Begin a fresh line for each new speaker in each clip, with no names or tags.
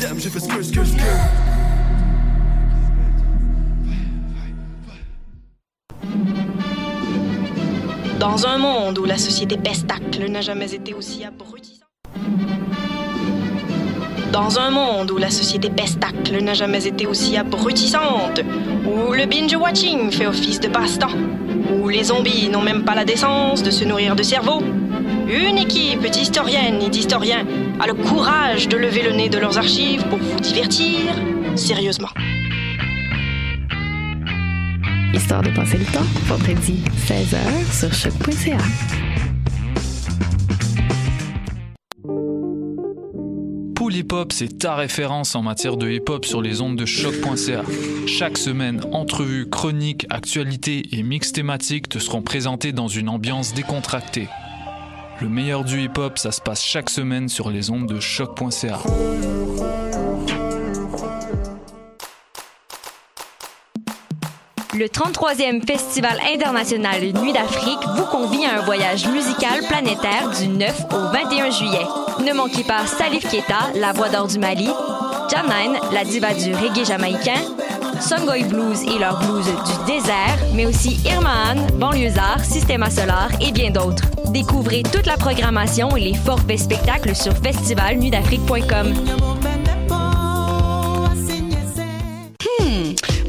damn, j'ai fait skr skr skr.
Dans un monde où la société pestacle n'a jamais été aussi abrutissante. Dans un monde où la société pestacle n'a jamais été aussi abrutissante, où le binge-watching fait office de passe-temps, où les zombies n'ont même pas la décence de se nourrir de cerveau, une équipe d'historiennes et d'historiens a le courage de lever le nez de leurs archives pour vous divertir sérieusement.
Histoire de passer le temps, vendredi 16h sur choc.ca.
Pool Hip Hop, c'est ta référence en matière de hip hop sur les ondes de choc.ca. Chaque semaine, entrevues, chroniques, actualités et mix thématiques te seront présentés dans une ambiance décontractée. Le meilleur du hip hop, ça se passe chaque semaine sur les ondes de choc.ca.
Le 33e Festival international Nuit d'Afrique vous convie à un voyage musical planétaire du 9 au 21 juillet. Ne manquez pas Salif Keita, la voix d'or du Mali, Janine, la diva du reggae jamaïcain, Songoy Blues et leur blues du désert, mais aussi Irman, Banlieusard, Systema Solar et bien d'autres. Découvrez toute la programmation et les forfaits spectacles sur festivalnuitdafrique.com.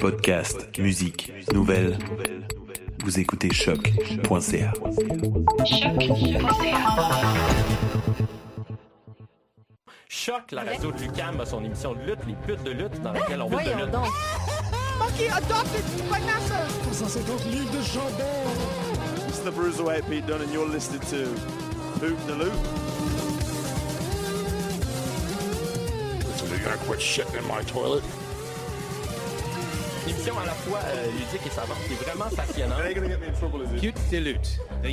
Podcast, musique, nouvelles. Vous écoutez choc.ca.
Choc, la radio de Lucam a son émission de lutte, les putes de lutte, dans laquelle on va de
Voyons
lutte.
donc.
It's the Bruiserweight Pete Dunne and you're listening to Hoop the Loop.
Une émission à la fois euh, ludique et savante, qui est vraiment passionnante.
They're gonna get me in trouble, is it?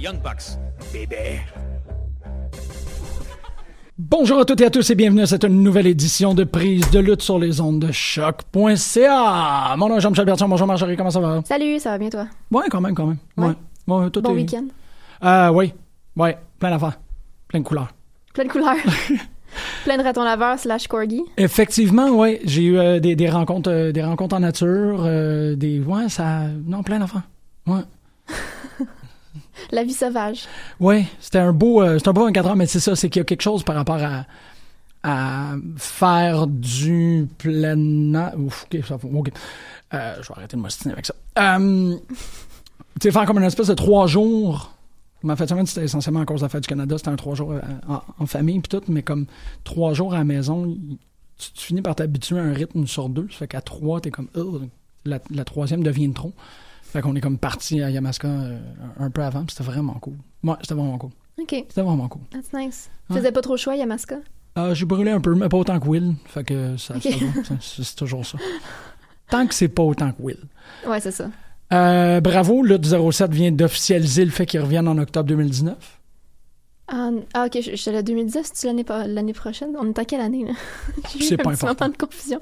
Bonjour à toutes et à tous et bienvenue à cette nouvelle édition de prise de lutte sur les ondes de choc.ca. Mon nom est Jean-Michel Bertrand. Bonjour Marjorie, comment ça va?
Salut, ça va bien toi?
Ouais, quand même, quand même. Ouais.
Ouais.
Ouais, tout
Bon
est-
week-end.
Euh, oui. Ouais, plein d'affaires. Plein de couleurs.
Plein de couleurs. Plein de ratons laveurs slash corgi.
Effectivement, ouais, j'ai eu euh, des, des rencontres euh, des rencontres en nature, euh, des ouais, ça non, plein d'affaires. Ouais.
La vie sauvage.
Oui, c'était un beau, euh, c'était un beau 24 heures, mais c'est ça, c'est qu'il y a quelque chose par rapport à, à faire du plein air. Ouf, ok, ça, ok. Euh, je vais arrêter de m'ostiner avec ça. Euh, tu sais, faire comme une espèce de trois jours. Ma fête de semaine, c'était essentiellement à cause de la fête du Canada. C'était un trois jours euh, en, en famille puis tout, mais comme trois jours à la maison, il- tu, tu finis par t'habituer à un rythme sur deux. Ça fait qu'à trois, t'es comme, Ugh. la, la troisième devient trop. Fait qu'on est comme parti à Yamaska euh, un peu avant, puis c'était vraiment cool. Ouais, c'était vraiment cool.
Ok,
C'était vraiment cool.
that's nice.
Ouais.
Faisais pas trop choix, Yamaska?
Euh, j'ai brûlé un peu, mais pas autant que Will. Fait que ça,
Ok.
c'est bon. Ça, c'est c'est toujours ça. Tant que c'est pas autant que Will.
Ouais, c'est ça.
Euh, bravo, Lutte 07 vient d'officialiser le fait qu'ils reviennent en octobre 2019.
Ah, n- ah, ok, je, je la 2019, c'est-tu l'année, pas- l'année prochaine? On est en quelle année, là? J'ai eu
C'est
un
pas
petit
important.
moment de confusion.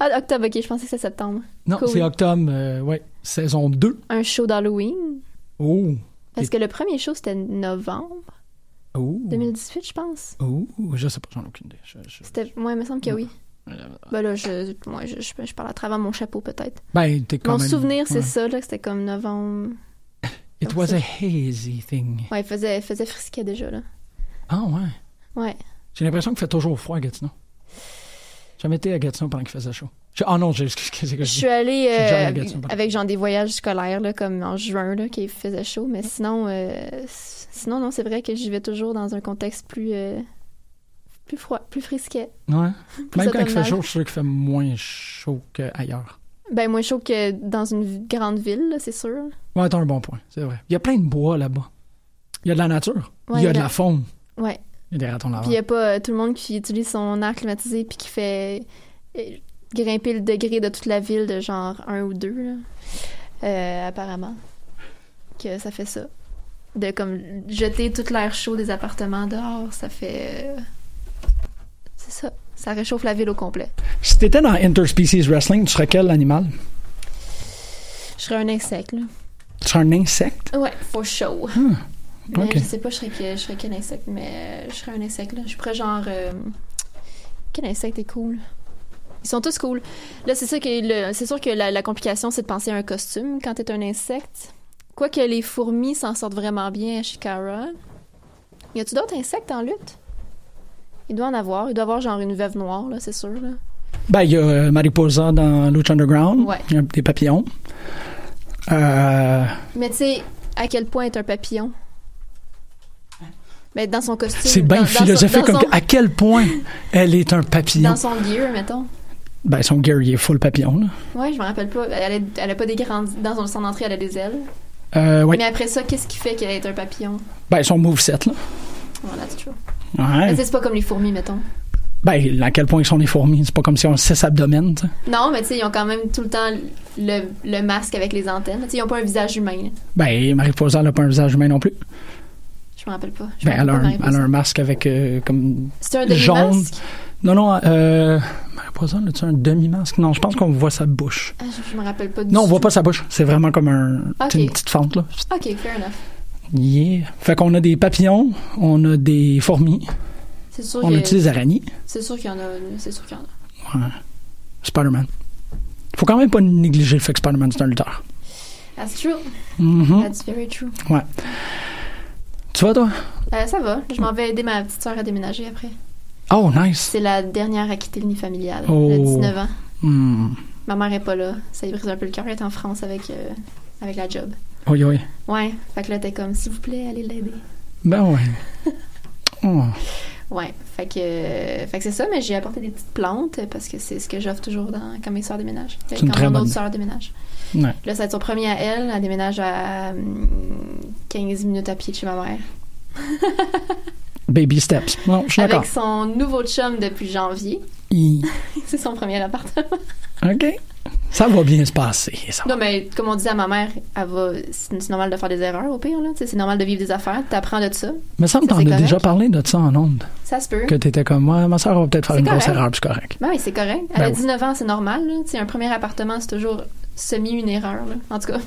Ah, octobre, ok, je pensais que c'était septembre.
Non,
Cool.
c'est octobre, euh, ouais, saison 2.
Un show d'Halloween?
Oh,
Parce
Et-
que le premier show, c'était novembre
oh,
2018, je pense.
oh, je sais pas, j'en ai aucune idée. Je- je-
C'était... Ouais, il me semble que oui.
Euh,
Ben là, je, moi, je, je, je parle à travers mon chapeau, peut-être.
Ben, t'es quand
Mon
même-
souvenir, c'est
ouais.
ça, là, que c'était comme novembre.
It was a hazy thing.
Ouais, il faisait, il faisait frisquet déjà, là.
Ah ouais.
Ouais.
J'ai l'impression qu'il fait toujours froid à Gatineau. J'ai jamais été à Gatineau pendant qu'il faisait chaud. J'ai- Ah non, j'ai- qu'est-ce que c'est que
Je
je dis?
suis allée
J'ai
euh,
déjà regardé ça,
avec,
pardon.
avec genre des voyages scolaires là, comme en juin là, qui faisait chaud, mais sinon, euh, s- sinon non, c'est vrai que j'y vais toujours dans un contexte plus euh, plus froid, plus frisquet,
Ouais.
plus
Même quand il fait
automnal.
chaud, je suis sûr qu'il fait moins chaud qu'ailleurs.
Ben moins chaud que dans une v- grande ville, là, c'est sûr.
Ouais, t'as un bon point, c'est vrai. Il y a plein de bois là-bas. Il y a de la nature.
Ouais,
il y a de
là-
la faune.
Ouais.
Il Il y a des ratons
Puis
laveurs.
il n'y a pas euh, tout le monde qui utilise son air climatisé puis qui fait euh, grimper le degré de toute la ville de genre 1 ou 2, là. Euh, apparemment. Que ça fait ça. De comme jeter toute l'air chaud des appartements dehors, ça fait. euh, C'est ça. Ça réchauffe la ville au complet.
Si t'étais dans Interspecies Wrestling, tu serais quel animal?
Je serais un insecte, là.
Tu serais un insecte?
Ouais, for show. Mais
Ah, ok.
je sais pas, je serais, que- je serais quel insecte, mais euh, je serais un insecte, là. Je pourrais genre. euh, quel insecte est cool? Ils sont tous cool. Là, c'est ça que le- c'est sûr que la, la complication, c'est de penser à un costume quand t'es un insecte. Quoique les fourmis s'en sortent vraiment bien à Shikara. Y a-tu d'autres insectes en lutte? Il doit en avoir. Il doit avoir genre une veuve noire, là, c'est sûr, là.
Ben, il y a euh, Mariposa dans Lucha Underground.
Ouais.
Il y a des papillons. Euh,
Mais tu sais, à quel point est un papillon? Mais dans son costume.
c'est
dans-
bien
dans son-
philosophique.
dans
comme
son-
À quel point elle est un papillon?
Dans son gear, mettons.
Ben, son gear, il est full papillon. Là.
Ouais, je me rappelle pas. Elle a, elle a pas des grandes. Dans son, son entrée, elle a des ailes.
Euh, ouais.
Mais après ça, qu'est-ce qui fait qu'elle est un papillon?
Ben, son moveset, là.
Voilà, c'est true.
Ouais.
Mais tu sais, Ben, c'est pas comme les fourmis, mettons.
Ben, à quel point ils sont des fourmis. C'est pas comme si on six abdomen, tu sais.
Non, mais tu sais, ils ont quand même tout le temps le, le masque avec les antennes. Tu sais, ils ont pas un visage humain. là.
Ben, Mariposa, elle a pas un visage humain non plus.
Je me rappelle pas. Je me
Ben, elle a, un,
rappelle pas
elle a un masque avec, euh, comme,
C'est un
jaune.
demi-masque?
Non, non, euh, Mariposa, là, tu un demi-masque? Non, je pense qu'on voit sa bouche.
Ah, je, je me rappelle pas du
Non, on voit
tout.
pas sa bouche. C'est vraiment comme un, c'est une
Ok.
petite fente, là.
Ok, fair enough.
Yeah. Fait qu'on a des papillons, on a des fourmis,
C'est sûr
on
que-
utilise araignées.
C'est sûr qu'il y en a. C'est sûr qu'il y en a.
Ouais. Spider-Man. Faut quand même pas négliger le fait que Spider-Man, c'est un lutteur.
That's true.
Mhm.
That's very true.
Ouais. Tu vois, toi?
Euh, ça va. Je m'en vais aider ma petite soeur à déménager après.
Oh, nice.
C'est la dernière à quitter le nid familial. Elle a
Oh.
19 ans.
Hmm.
Ma mère est pas là. Ça lui brise un peu le cœur. Elle est en France avec, euh, avec la job.
Oui, oui.
Ouais. Fait que là, t'es comme, s'il vous plaît, allez l'aider.
Ben ouais. Oh.
Ouais. Fait que, euh, fait que c'est ça, mais j'ai apporté des petites plantes euh, parce que c'est ce que j'offre toujours dans, quand mes soeurs déménagent. Fait
C'est une
quand
très
mon
bonne-
autre soeur déménage.
Ouais.
Là, ça va être son premier à elle. Elle déménage à hum, 15 minutes à pied de chez ma mère.
Baby steps. Non, je suis d'accord.
Avec son nouveau chum depuis janvier.
Hi.
c'est son premier appartement.
OK. Ça va bien se passer, ça.
Non, mais comme on disait à ma mère, elle va, c'est c'est normal de faire des erreurs au pire. là. Tu sais, C'est normal de vivre des affaires. T'apprends de ça.
Mais ça me
Ça,
t'en
c'est
as déjà
correct.
parlé de ça en ondes.
Ça se peut.
Que t'étais comme, ouais, ma soeur va peut-être faire
C'est
une grosse
correct.
erreur, puis c'est correct.
Ben oui, c'est correct. Elle
Ben
a
oui.
19 ans, c'est normal. Là. Tu sais, Un premier appartement, c'est toujours semi une erreur. là. En tout cas,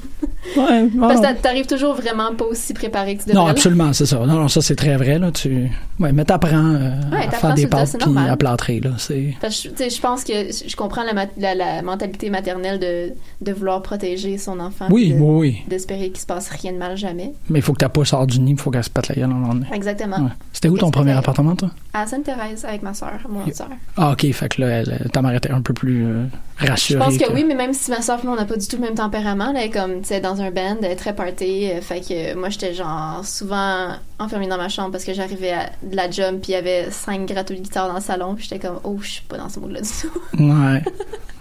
Ouais, ouais,
parce
Ah non.
que t'arrives toujours vraiment pas aussi préparé que tu devrais.
non, absolument, c'est ça. Non, non, ça, c'est très vrai, là. Tu... Ouais, mais t'apprends euh,
Ouais,
à
t'apprends
faire
sur
des
le tas,
pâtes
c'est
puis
normal.
à plâtrer, là. C'est...
Parce que, tu sais, je pense que je je comprends la, mat- la- la mentalité maternelle de, de vouloir protéger son enfant.
Oui,
puis de-
oui, oui.
D'espérer qu'il se passe rien de mal jamais.
Mais il faut que ta pousse hors du nid, il faut qu'elle se pète la gueule à un moment donné.
Exactement.
Ouais. C'était où
Ah.
ton
Qu'est-ce
premier
que t'as-
appartement, toi?
À Sainte-Thérèse, avec ma soeur, mon autre soeur.
Ah, OK, fait que là, elle, ta mère était un peu plus euh,
Je
rassurée.
pense que oui, mais même si ma soeur et moi, on n'a pas du tout le même tempérament, là, elle est comme, tu sais, dans un band, elle est très party, euh, fait que euh, moi, j'étais genre souvent enfermée dans ma chambre parce que j'arrivais à de la jump, puis il y avait cinq gratteux de guitare dans le salon, puis j'étais comme, oh, je suis pas dans ce mood-là du tout.
Ouais.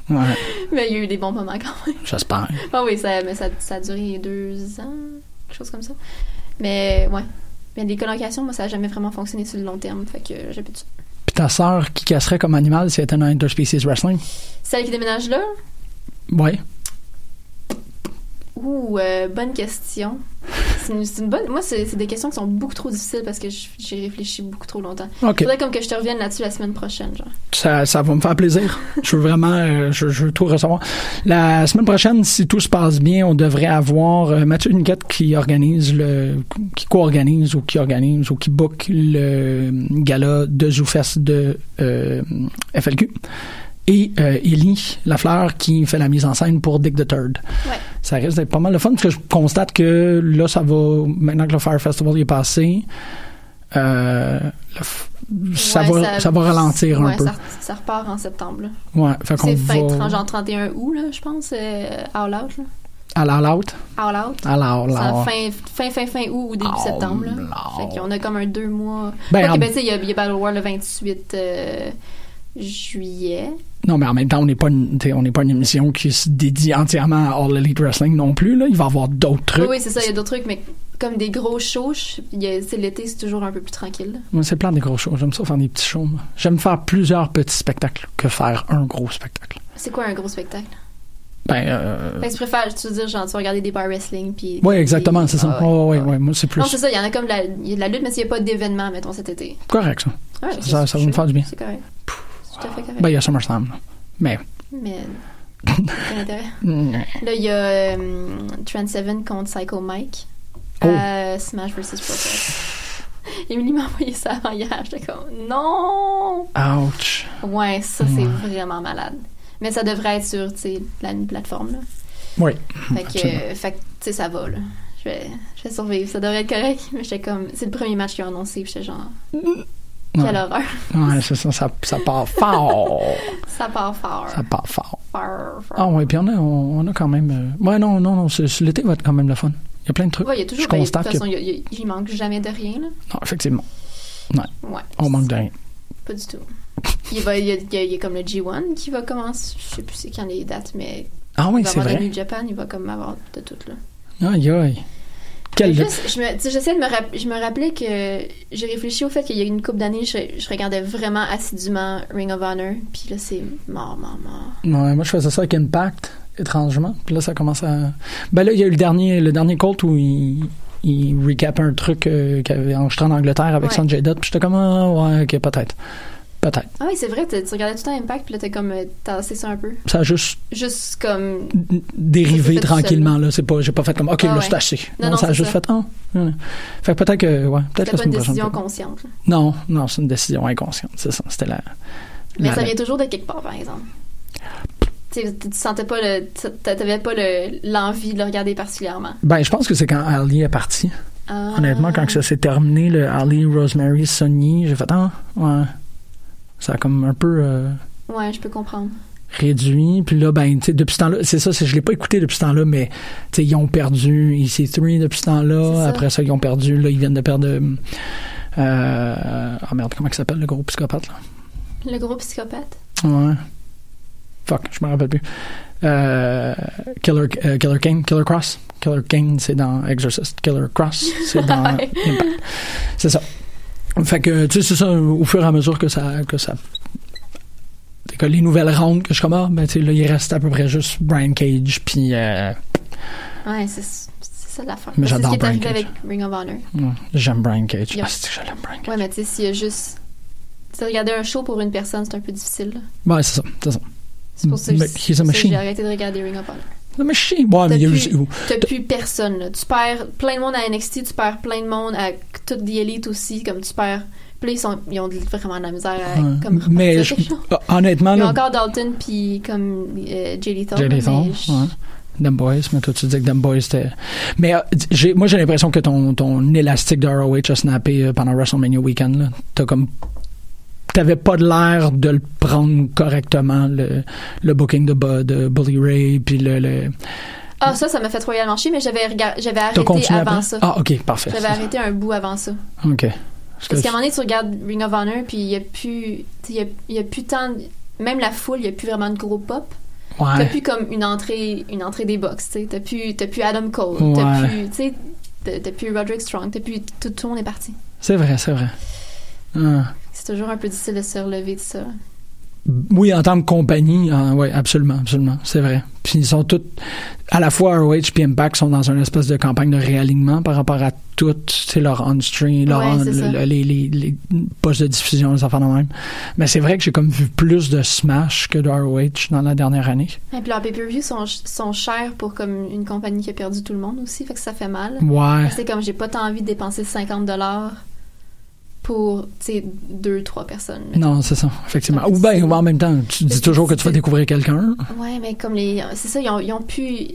Ouais,
mais il y a eu des bons moments quand même.
j'espère.
Ah oui, ça, mais ça, ça a duré deux ans, quelque chose comme ça. Mais ouais. Mais les colocations, moi, ça n'a jamais vraiment fonctionné sur le long terme, fait que euh, j'ai plus de-
Puis ta sœur qui casserait comme animal si elle était dans Interspecies Wrestling?
Celle qui déménage là?
Ouais.
Ouh, euh, bonne question. C'est une, c'est une bonne. Moi, c'est c'est des questions qui sont beaucoup trop difficiles parce que je- j'ai réfléchi beaucoup trop longtemps.
OK.
Faudrait comme que je te revienne là-dessus la semaine prochaine, genre.
Ça, ça va me faire plaisir. Je veux vraiment, euh, je, je veux tout recevoir. La semaine prochaine, si tout se passe bien, on devrait avoir euh, Mathieu Niquette qui organise le, qui co-organise ou qui organise ou qui book le gala de ZooFest de euh, FLQ. Et euh, Ellie Lafleur qui fait la mise en scène pour Dick the Third.
Ouais.
Ça risque d'être pas mal de fun parce que je constate que là, ça va, maintenant que le Fire Festival est passé, euh, le f- ça,
Ouais,
va, ça, va ralentir
ouais,
un peu.
Ça, re- ça repart en septembre. là.
Ouais, fait qu'on
C'est fin
va
tran- genre 31 août, là, je pense, euh, All Out. Là.
à la l'out,
All Out.
à la
C'est en
l'out.
fin, fin, fin, fin août ou début
All
septembre. Là.
Out.
Fait qu'on a comme un deux mois.
Ben,
Ok,
en-
ben, tu sais, il y, a- il y a Battle War le 28. euh, juillet.
Non, mais en même temps, on n'est pas, une- t'sais, on n'est pas une émission qui se dédie entièrement à All Elite Wrestling non plus. Là. Il va y avoir d'autres
Oui,
trucs.
oui, c'est ça, il y a d'autres trucs, mais comme des gros shows, je- il y a- c'est l'été, c'est toujours un peu plus tranquille.
Moi, c'est le plan des gros shows. J'aime ça faire des petits shows. moi. J'aime faire plusieurs petits spectacles que faire un gros spectacle.
C'est quoi un gros spectacle?
Ben, euh...
Fait que tu préfères, tu veux dire, genre, tu vas regarder des bars wrestling, puis...
ouais, exactement, c'est ça.
Ah ouais.
Ouais, ouais, ouais. Moi, c'est plus
Non, c'est ça, il y en a comme de la, il y a de la lutte, mais s'il n'y a pas d'événement, mettons, cet été.
correct, ça.
Ouais,
Ça-
c'est-
ça, ça va me faire du bien.
C'est correct. C'est tout à fait correct.
Ben, il y a SummerSlam. là. Mais,
Mais. Quel intérêt?
mm,
Là, il y a euh, Trent Seven contre Psycho Mike
Oh.
à Smash vs. Process. Émilie m'a envoyé ça avant hier. J'étais comme, non!
ouch.
Ouais, ça, c'est
Hmm.
vraiment malade. Mais ça devrait être sur, tu sais, la une plateforme, là.
Oui.
Fait que,
absolument.
euh, fait que, tu sais, ça va, là. Je vais, je vais survivre. Ça devrait être correct. Mais j'étais comme, c'est le premier match qu'ils ont annoncé. puis J'étais genre, quelle
Ouais.
horreur.
Ouais, c'est ça, ça, ça part fort.
Ça part fort.
ça part fort.
Fort, fort.
Ah, ouais, puis on a, on, on a quand même. euh, Ouais, non, non, non, c'est- c'est- l'été va être quand même le fun. Il y a plein de trucs.
Ouais, il y a toujours.
Je
ben,
constate
de
que.
toute façon, il y a- il y a- il manque jamais de rien, là.
Non, effectivement,
Ouais.
on manque de rien.
Pas du tout. Il, va, il, y a, il y a- il y a comme le G1 qui va commencer. Je sais plus c'est quand les dates, mais
Ah, oui,
il va
c'est
Bah, avoir le
vrai.
New Japan, il va comme avoir de tout, là.
Aïe, aïe. Quel.
Mais juste, je me, tu sais, j'essaie de me rappeler, je me rappelais que j'ai réfléchi au fait qu'il y a une couple d'années, je, je regardais vraiment assidûment Ring of Honor, puis là c'est mort, mort, mort.
Ouais, moi, je faisais ça avec Impact, étrangement. Puis là, ça commence à. Ben là, il y a eu le dernier, le dernier Colt où il, il recapait un truc euh, qu'il avait enregistré en Angleterre avec
Ouais.
Sanjay Dutt. Puis j'étais comme, ah, ouais, ok, peut-être. Peut-être.
Ah oui, c'est vrai, t'as- tu regardais tout le temps Impact, puis là t'as comme euh, tassé ça un peu.
Ça a juste
Juste comme.
d- dérivé
Ça s'est fait
tranquillement, là. C'est pas, j'ai pas fait comme, ok,
Ah
là,
ouais.
c'est assez.
Non, non,
ça a
c'est
juste
ça.
fait, ah. ouais. Fait que peut-être que, ouais, peut-être
C'était pas une
la semaine prochaine.
décision
peut-être.
consciente. là.
Non, non, c'est une décision inconsciente. C'est ça. C'était la.
Mais
la-
ça vient toujours de quelque part, par exemple. Tu sais, tu tu sentais pas le. tu- T'avais pas le- l'envie de le regarder particulièrement.
Ben, je pense que c'est quand Ali est parti.
Ah.
Honnêtement, quand que ça s'est terminé, le Ali, Rosemary, Sonny, j'ai fait ah, ouais. Ça a comme un peu euh,
Ouais, je peux comprendre.
réduit. Puis là, ben, tu sais, depuis ce temps-là, c'est ça, c'est- je l'ai pas écouté depuis ce temps-là, mais tu sais, ils ont perdu EC3 depuis ce
C'est
temps-là.
ça.
Après ça, ils ont perdu. Là, ils viennent de perdre. euh, euh, ah merde, comment il s'appelle le gros psychopathe, là?
Le gros psychopathe.
Ouais. Fuck, je me rappelle plus. Euh, Killer, euh, Killer Kane, Killer Cross. Killer Kane, c'est dans Exorcist. Killer Cross, c'est dans
Ouais.
Impact. C'est ça. Fait que, tu sais, c'est ça, au fur et à mesure que ça. Que ça c'est que les nouvelles rondes que je commence, ben, tu sais, là, il reste à peu près juste Brian Cage, puis. euh,
Ouais, c'est c'est ça l'affaire.
Mais
C'est ce
j'adore
qui est arrivé
Brian Cage.
avec Ring of Honor.
ouais, j'aime Brian Cage.
Yep.
Ah, c'est que je l'aime, Brian Cage.
Ouais, mais tu sais, s'il y a juste. Tu sais, regarder un show pour une personne, c'est un peu difficile. là.
Ouais, c'est ça, c'est ça.
C'est pour ça que
Mm, Mais
c'est pour
he's a
ça que
machine.
j'ai arrêté de regarder Ring of Honor.
Mais chier, ouais, Ah, mais il y a
T'as
eu.
T'as plus personne, là. Tu perds plein de monde à NXT, tu perds plein de monde à toute The Elite aussi, comme tu perds. Puis là, ils, sont, ils ont de- vraiment de la misère à
Ouais.
euh, comme repartir
mais je- Ah,
quelque chose.
honnêtement,
Il y a
là,
encore Dalton puis comme euh, Jay Lethal.
Jay
mais
Lethal,
je-
ouais. Dumb Boys, mais toi tu dis que Dumb Boys c'était. Mais euh, j'ai- moi j'ai l'impression que ton, ton élastique de ROH a snappé euh, pendant WrestleMania Weekend. là. T'as comme. T'avais pas de l'air de le prendre correctement, le, le booking de, Bu- de Bully Ray, puis le. le-
Ah, ça, ça m'a fait royalement chier, mais j'avais rega- j'avais
T'as
arrêté
continué
avant
après?
ça.
Ah, ok, parfait.
J'avais arrêté un bout avant ça.
Ok. Parce
Parce
que-
qu'à un moment donné, tu regardes Ring of Honor, puis il n'y a plus. tu sais, Il y a, il y a plus tant. de- Même la foule, il n'y a plus vraiment de gros pop. T'as
ouais.
plus comme une entrée, une entrée des box, tu sais. T'as plus, t'as plus Adam Cole.
Ouais.
T'as plus. Tu sais, t'as- t'as plus Roderick Strong. T'as plus. Tout, tout le monde est parti.
C'est vrai, c'est vrai. Ah.
C'est toujours un peu difficile de se relever de ça.
Oui, en tant que compagnie, ah, ouais, absolument, absolument, c'est vrai. Puis ils sont tous, à la fois ROH et Impact sont dans une espèce de campagne de réalignement par rapport à tout, tu sais, leur on-stream, leur
Ouais,
on-
c'est ça.
le- les, les, les postes de diffusion, les affaires de même. Mais c'est vrai que j'ai comme vu plus de Smash que de ROH dans la dernière année.
Et puis leurs pay-per-views sont, sont chers pour comme une compagnie qui a perdu tout le monde aussi, fait que ça fait mal.
Ouais,
C'est comme j'ai pas tant envie de dépenser 50 dollars pour, tu sais, deux, trois personnes.
non, c'est ça, effectivement.
Ah,
Ou bien,
c'est-
en même temps, tu dis
c'est-
toujours que tu vas
c'est-
découvrir quelqu'un.
Ouais, mais comme les. C'est ça, ils ont, ils ont pu.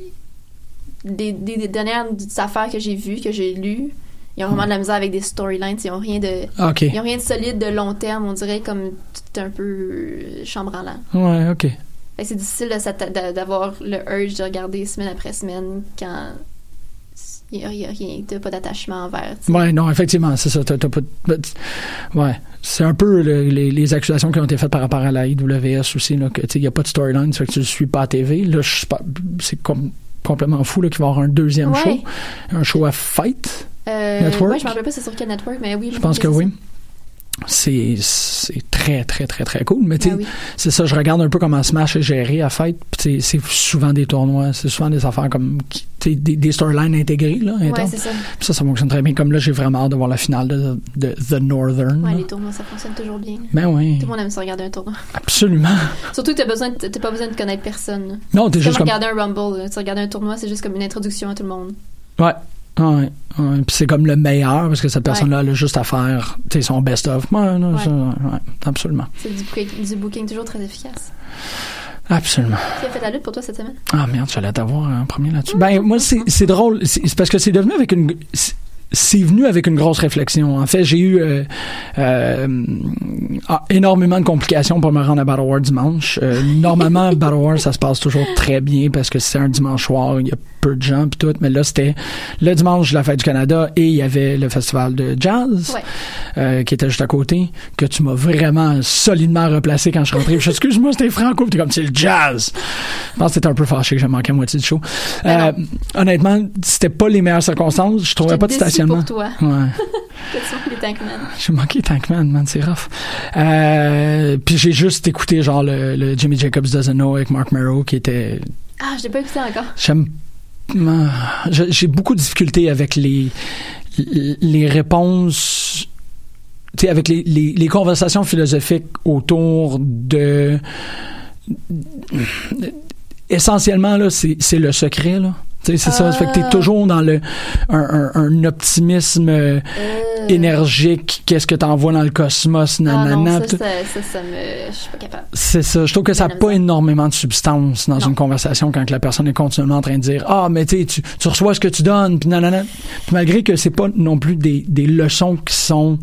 Des, des, des dernières affaires que j'ai vues, que j'ai lues, ils ont vraiment de la misère avec des storylines. Ils ont rien de.
Ah, OK.
Ils ont rien de solide, de long terme, on dirait comme tout un peu euh, chambranlant.
Ouais, OK.
Fait que c'est difficile de s'atta- d'a- d'avoir le urge de regarder semaine après semaine quand il n'y a, il y a rien, t'as pas d'attachement envers. tu sais.
Ouais, non, effectivement, c'est ça. T'as, t'as pas, de- ben, tu- ouais. c'est un peu le- les, les accusations qui ont été faites par rapport à la IWS aussi, là, que, tu sais, il n'y a pas de storyline, ça fait que tu ne le suis pas à TV. Là, je suis pas- c'est com- complètement fou là, qu'il va y avoir un deuxième
Ouais.
show, un show à fight.
Euh,
Network?
ouais, je me rappelle pas c'est sur quel network, mais oui.
Je pense que oui. C'est c'est très, très, très, très cool. Mais tu sais,
Ah oui.
c'est ça, je regarde un peu comment Smash est géré à fête. Puis tu sais, c'est souvent des tournois, c'est souvent des affaires comme qui- tu sais, des, des storylines intégrées. Là,
Ouais,
mettons.
c'est ça.
Puis ça, ça fonctionne très bien. Comme là, j'ai vraiment hâte de voir la finale de, de The Northern.
Ouais,
là.
les tournois, ça fonctionne toujours bien.
Ben oui,
Tout le monde aime se regarder un tournoi.
absolument.
Surtout que t'as besoin, de- t'as pas besoin de connaître personne.
Non, t'es
C'est
juste
comme
comme.
regarder un Rumble. là. Tu regardes un tournoi, c'est juste comme une introduction à tout le monde.
Ouais. Ah Ouais, ouais. Puis c'est comme le meilleur parce que cette personne-là elle a juste à faire tu sais, son best-of. Ouais, non,
Ouais.
ça, ouais, absolument.
C'est du, bou- du booking toujours très efficace.
Absolument.
Qui a fait la lutte pour toi cette semaine?
Ah merde, j'allais t'avoir en premier là-dessus. Ben moi
Mm-hmm.
c'est c'est drôle, c'est c'est parce que c'est devenu avec une c'est- c'est venu avec une grosse réflexion. En fait, j'ai eu euh, euh, ah, énormément de complications pour me rendre à Battle War dimanche. Euh, normalement, Battle War, ça se passe toujours très bien parce que c'est un dimanche soir, il y a peu de gens puis tout. Mais là, c'était le dimanche de la fête du Canada et il y avait le festival de jazz
Ouais.
euh, qui était juste à côté que tu m'as vraiment solidement replacé quand je suis rentré. Je suis, excuse-moi, c'était franco. Puis T'es comme c'est le jazz. Je pense que t'étais un peu fâché que j'ai manqué à moitié du show.
Ben
Euh, honnêtement, c'était pas les meilleures circonstances. Je trouvais
J'étais
pas de
déçue
stationnement.
pour toi.
Ouais.
Question les Tankman.
J'ai manqué Tankman, man, c'est rough. Euh, puis j'ai juste écouté genre le, le Jimmy Jacobs Doesn't Know avec Mark Merrow qui était
Ah, je l'ai pas écouté encore.
J'aime. Ah, je- J'ai beaucoup de difficultés avec les, les réponses. Tu sais, avec les, les, les conversations philosophiques autour de. Essentiellement, là, c'est c'est le secret, là. Tu sais, c'est ça. Ça fait que t'es toujours dans le, un, un- un optimisme euh, énergique. Qu'est-ce que t'envoies dans le cosmos,
Ah
nanana.
non, ça,
pis tout.
ça, ça, ça me... Je suis pas capable.
C'est ça. Je trouve que ça n'a
Bien
pas
amusant.
énormément de substance dans une conversation quand que la personne est continuellement en train de dire Ah, mais tu sais, tu- tu reçois ce que tu donnes, puis nanana. Puis malgré que c'est pas non plus des, des leçons qui sont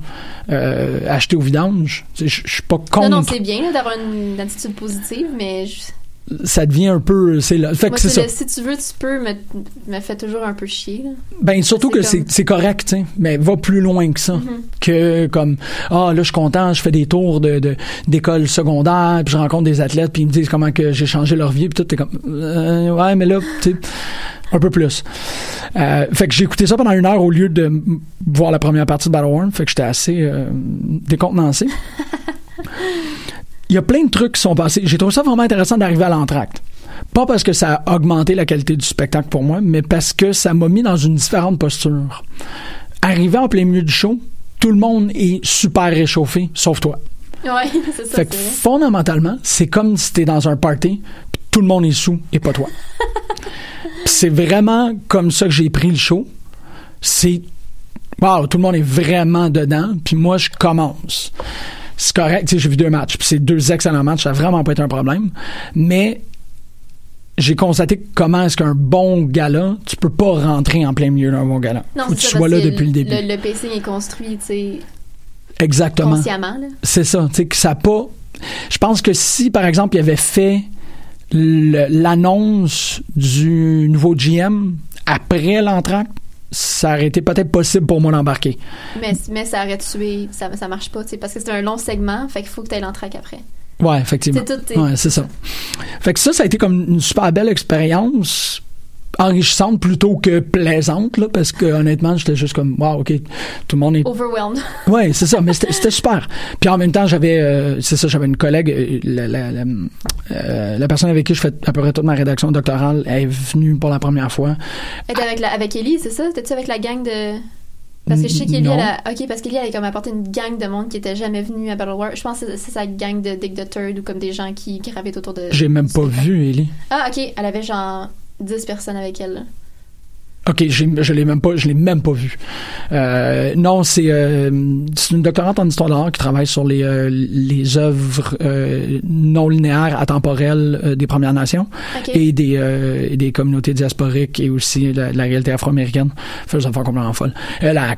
euh, achetées au vidange, tu sais, je je suis pas contre.
Non, non, c'est bien là, d'avoir une attitude positive, mais je-
ça devient un peu. C'est là. Fait
moi,
que c'est
c'est
ça.
le, si tu veux, tu peux, me, me fait toujours un peu chier. là.
Ben surtout
C'est
que c'est
comme- Mm-hmm.
c'est correct, tu sais, mais va plus loin que ça. Que comme ah là je suis content, je fais des tours de de- d'école secondaire, puis je rencontre des athlètes, puis ils me disent comment que j'ai changé leur vie, puis tout t'es comme Euh, ouais mais là tu sais un peu plus. Euh, fait que j'ai écouté ça pendant une heure au lieu de m- voir la première partie de Battle War, fait que j'étais assez euh, décontenancé. Il y a plein de trucs qui sont passés. J'ai trouvé ça vraiment intéressant d'arriver à l'entracte. Pas parce que ça a augmenté la qualité du spectacle pour moi, mais parce que ça m'a mis dans une différente posture. Arrivé en plein milieu du show, tout le monde est super réchauffé, sauf toi.
Ouais, c'est ça,
fait
c'est
que
vrai.
fondamentalement, c'est comme si t'es dans un party, puis tout le monde est sous et pas toi. Puis c'est vraiment comme ça que j'ai pris le show. C'est wow, tout le monde est vraiment dedans, puis moi je commence. C'est correct, tu sais, j'ai vu deux matchs, puis c'est deux excellents matchs, ça a vraiment pas été un problème, mais j'ai constaté comment est-ce qu'un bon gala, tu peux pas rentrer en plein milieu d'un bon gala.
Non,
Faut que
c'est
tu
ça,
sois
parce
là
que
depuis le début.
Le, le pacing est construit, tu sais,
Exactement.
consciemment. Là.
C'est ça, tu sais, que ça a pas. Je pense que si, par exemple, il avait fait le- l'annonce du nouveau GM après l'entracte, ça aurait été peut-être possible pour moi d'embarquer.
Mais, mais ça aurait tué, ça, ça marche pas, tu sais, parce que c'est un long segment, fait qu'il faut que tu ailles l'entraque après.
Ouais, effectivement.
C'est tout, t'es-
ouais, c'est ça. Fait que ça, ça a été comme une super belle expérience enrichissante plutôt que plaisante, là, parce que honnêtement, j'étais juste comme, wow, ok, tout le monde est
Overwhelmed.
Oui, c'est ça, mais c'était c'était super. Puis en même temps, j'avais, euh, c'est ça, j'avais une collègue, euh, la, la, la, euh, la personne avec qui je fais à peu près toute ma rédaction doctorale, elle est venue pour la première fois.
Et t'es avec, la, avec Ellie, c'est ça? T'étais-tu avec la gang de. Parce que je sais
Mm,
qu'Ellie,
non.
elle a... Ok, parce qu'Ellie, elle a comme apporté une gang de monde qui était jamais venu à Battle War. Je pense que c'est c'est sa gang de Dick the Third ou comme des gens qui gravitent autour de.
J'ai même pas vu Ellie.
Ah, ok, elle avait genre 10 personnes avec elle. là.
Ok, j'ai- je l'ai même pas, je l'ai même pas vu. Euh, non, c'est euh, c'est une doctorante en histoire de l'art qui travaille sur les euh, les œuvres euh, non linéaires, atemporelles euh, des Premières Nations.
Ok.
et des, euh, et des communautés diasporiques et aussi la, la réalité afro-américaine. Fait des affaires complètement folle. Elle a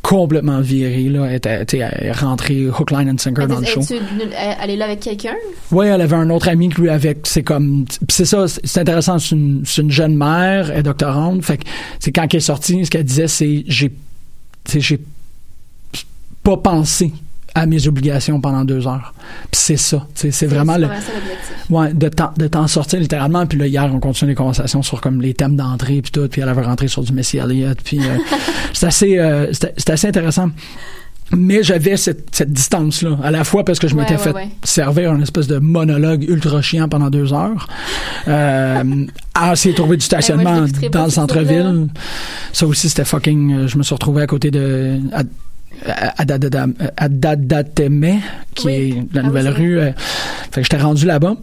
complètement viré, là. Elle, était, tu sais, elle est rentrée hook, line and
Ah,
sinker dans le show.
Es-tu venue- elle elle est là avec quelqu'un?
Oui, elle avait un autre ami que lui avec. C'est comme, pis c'est ça, c'est c'est intéressant. C'est une, c'est une jeune mère, elle est doctorante. Fait que, c'est quand elle est sortie, ce qu'elle disait, c'est j'ai, tu sais, j'ai pas pensé à mes obligations pendant deux heures. Puis c'est ça, tu sais, c'est vraiment le,
vraiment ça l'objectif.
ouais, de t'en de t'en sortir littéralement. Puis là, hier, on continue les conversations sur comme les thèmes d'entrée puis tout. Puis elle avait rentré sur du Messi Elliott. Puis euh, c'est assez, euh, c'était- c'était assez intéressant. Mais j'avais cette, cette distance-là, à la fois parce que je
Ouais,
m'étais
ouais,
fait
ouais.
servir une espèce de monologue ultra chiant pendant deux heures, euh, à essayer de trouver du
Eh,
stationnement
moi, je l'écouterai
dans
pas,
le
ce
centre-ville. Ça aussi, c'était fucking... euh, Je me suis retrouvé à côté de... à- Euh, à- à- à- à- à Dadatemé, qui
Oui.
est la
Ah oui,
nouvelle
c'est vrai.
rue. euh, fait que j'étais rendu là-bas.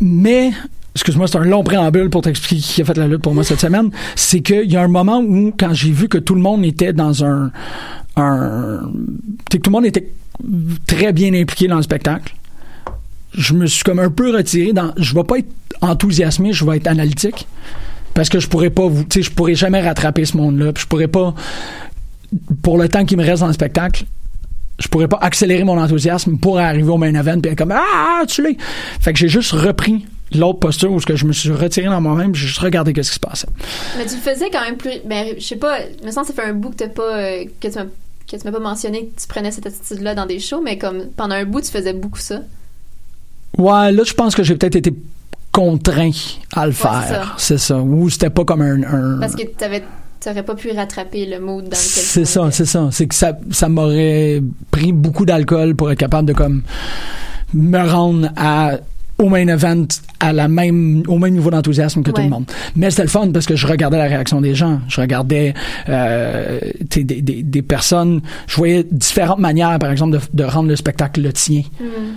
Mais, excuse-moi, c'est un long préambule pour t'expliquer qui a fait la lutte pour moi cette semaine. C'est qu'il y a un moment où, quand j'ai vu que tout le monde était dans un. un tu sais, que tout le monde était très bien impliqué dans le spectacle, je me suis comme un peu retiré dans. Je vais pas être enthousiasmé, je vais être analytique. Parce que je pourrais pas vous. Tu sais, je pourrais jamais rattraper ce monde-là. puis Je pourrais pas. Pour le temps qui me reste dans le spectacle, je pourrais pas accélérer mon enthousiasme pour arriver au main event puis être comme ah tu l'es fait que j'ai juste repris l'autre posture où ce que je me suis retiré dans moi-même j'ai juste regardé qu'est-ce qui se passait
Mais tu le faisais quand même plus. Ben, je sais pas, il me semble que ça fait un bout que t'as pas. euh, que tu m'as que tu m'as pas mentionné que tu prenais cette attitude-là dans des shows, mais comme pendant un bout, tu faisais beaucoup ça.
ouais là je pense que j'ai peut-être été contraint à le faire c'est ça ou c'était pas comme un, un-
Parce que t'avais- t'aurais pas pu rattraper le mood dans lequel
c'est
tu
ça
étais.
c'est ça c'est que ça ça m'aurait pris beaucoup d'alcool pour être capable de comme me rendre à au main event à la même au même niveau d'enthousiasme que tout
Ouais.
le monde mais c'était le fun parce que je regardais la réaction des gens je regardais euh, tu sais, des, des, des personnes je voyais différentes manières par exemple de, de rendre le spectacle le tien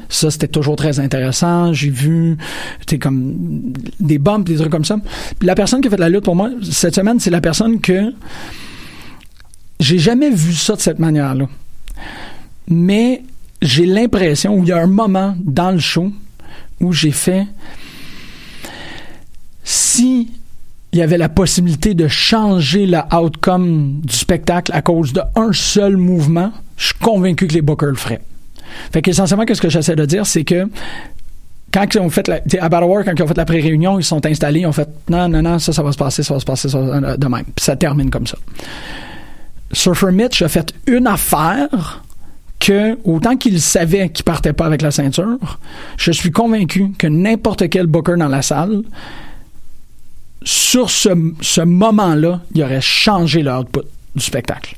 ça c'était toujours très intéressant j'ai vu tu sais, comme des bumps des trucs comme ça Puis la personne qui a fait la lutte pour moi cette semaine c'est la personne que j'ai jamais vu ça de cette manière-là. Mais j'ai l'impression, où il y a un moment dans le show où j'ai fait si il y avait la possibilité de changer le outcome du spectacle à cause de un seul mouvement, je suis convaincu que les bookers le feraient. Fait qu'essentiellement, qu'est-ce que j'essaie de dire, c'est que quand ils ont fait la, t'sais, à Battle War, quand ils ont fait la pré-réunion, ils se sont installés, ils ont fait non, non, non, ça, ça va se passer, ça va se passer, ça va se- de même. Puis ça termine comme ça. Surfer Mitch a fait une affaire que, autant qu'il savait qu'il partait pas avec la ceinture, je suis convaincu que n'importe quel booker dans la salle, sur ce, ce moment-là, il aurait changé l'output du spectacle.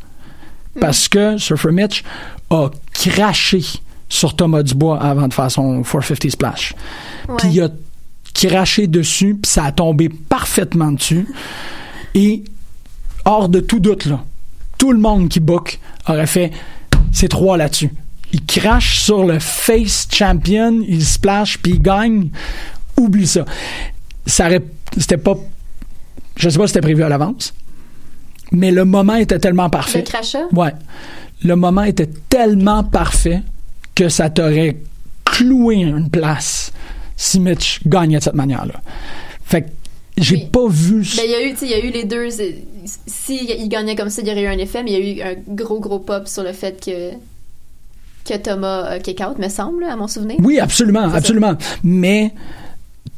Parce que Surfer Mitch a craché sur Thomas Dubois avant de faire son 450 splash. Puis il a craché dessus, puis ça a tombé parfaitement dessus. Et hors de tout doute, là, tout le monde qui book aurait fait ces trois là-dessus. Il crache sur le face champion, il splash, puis il gagne. Oublie ça. Ça aurait- C'était pas. Je sais pas si c'était prévu à l'avance, mais le moment était tellement parfait.
Le crachat?
Ouais. Le moment était tellement parfait que ça t'aurait cloué une place si Mitch gagnait de cette manière-là. Fait que j'ai
Oui.
pas vu. ce-
Ben, il y a eu, tu sais, il y a eu les deux. c'est- Si il gagnait comme ça, il y aurait eu un effet, mais il y a eu un gros, gros pop sur le fait que, que Thomas a kick out, me semble, à mon souvenir.
Oui, absolument,
ça.
absolument. Mais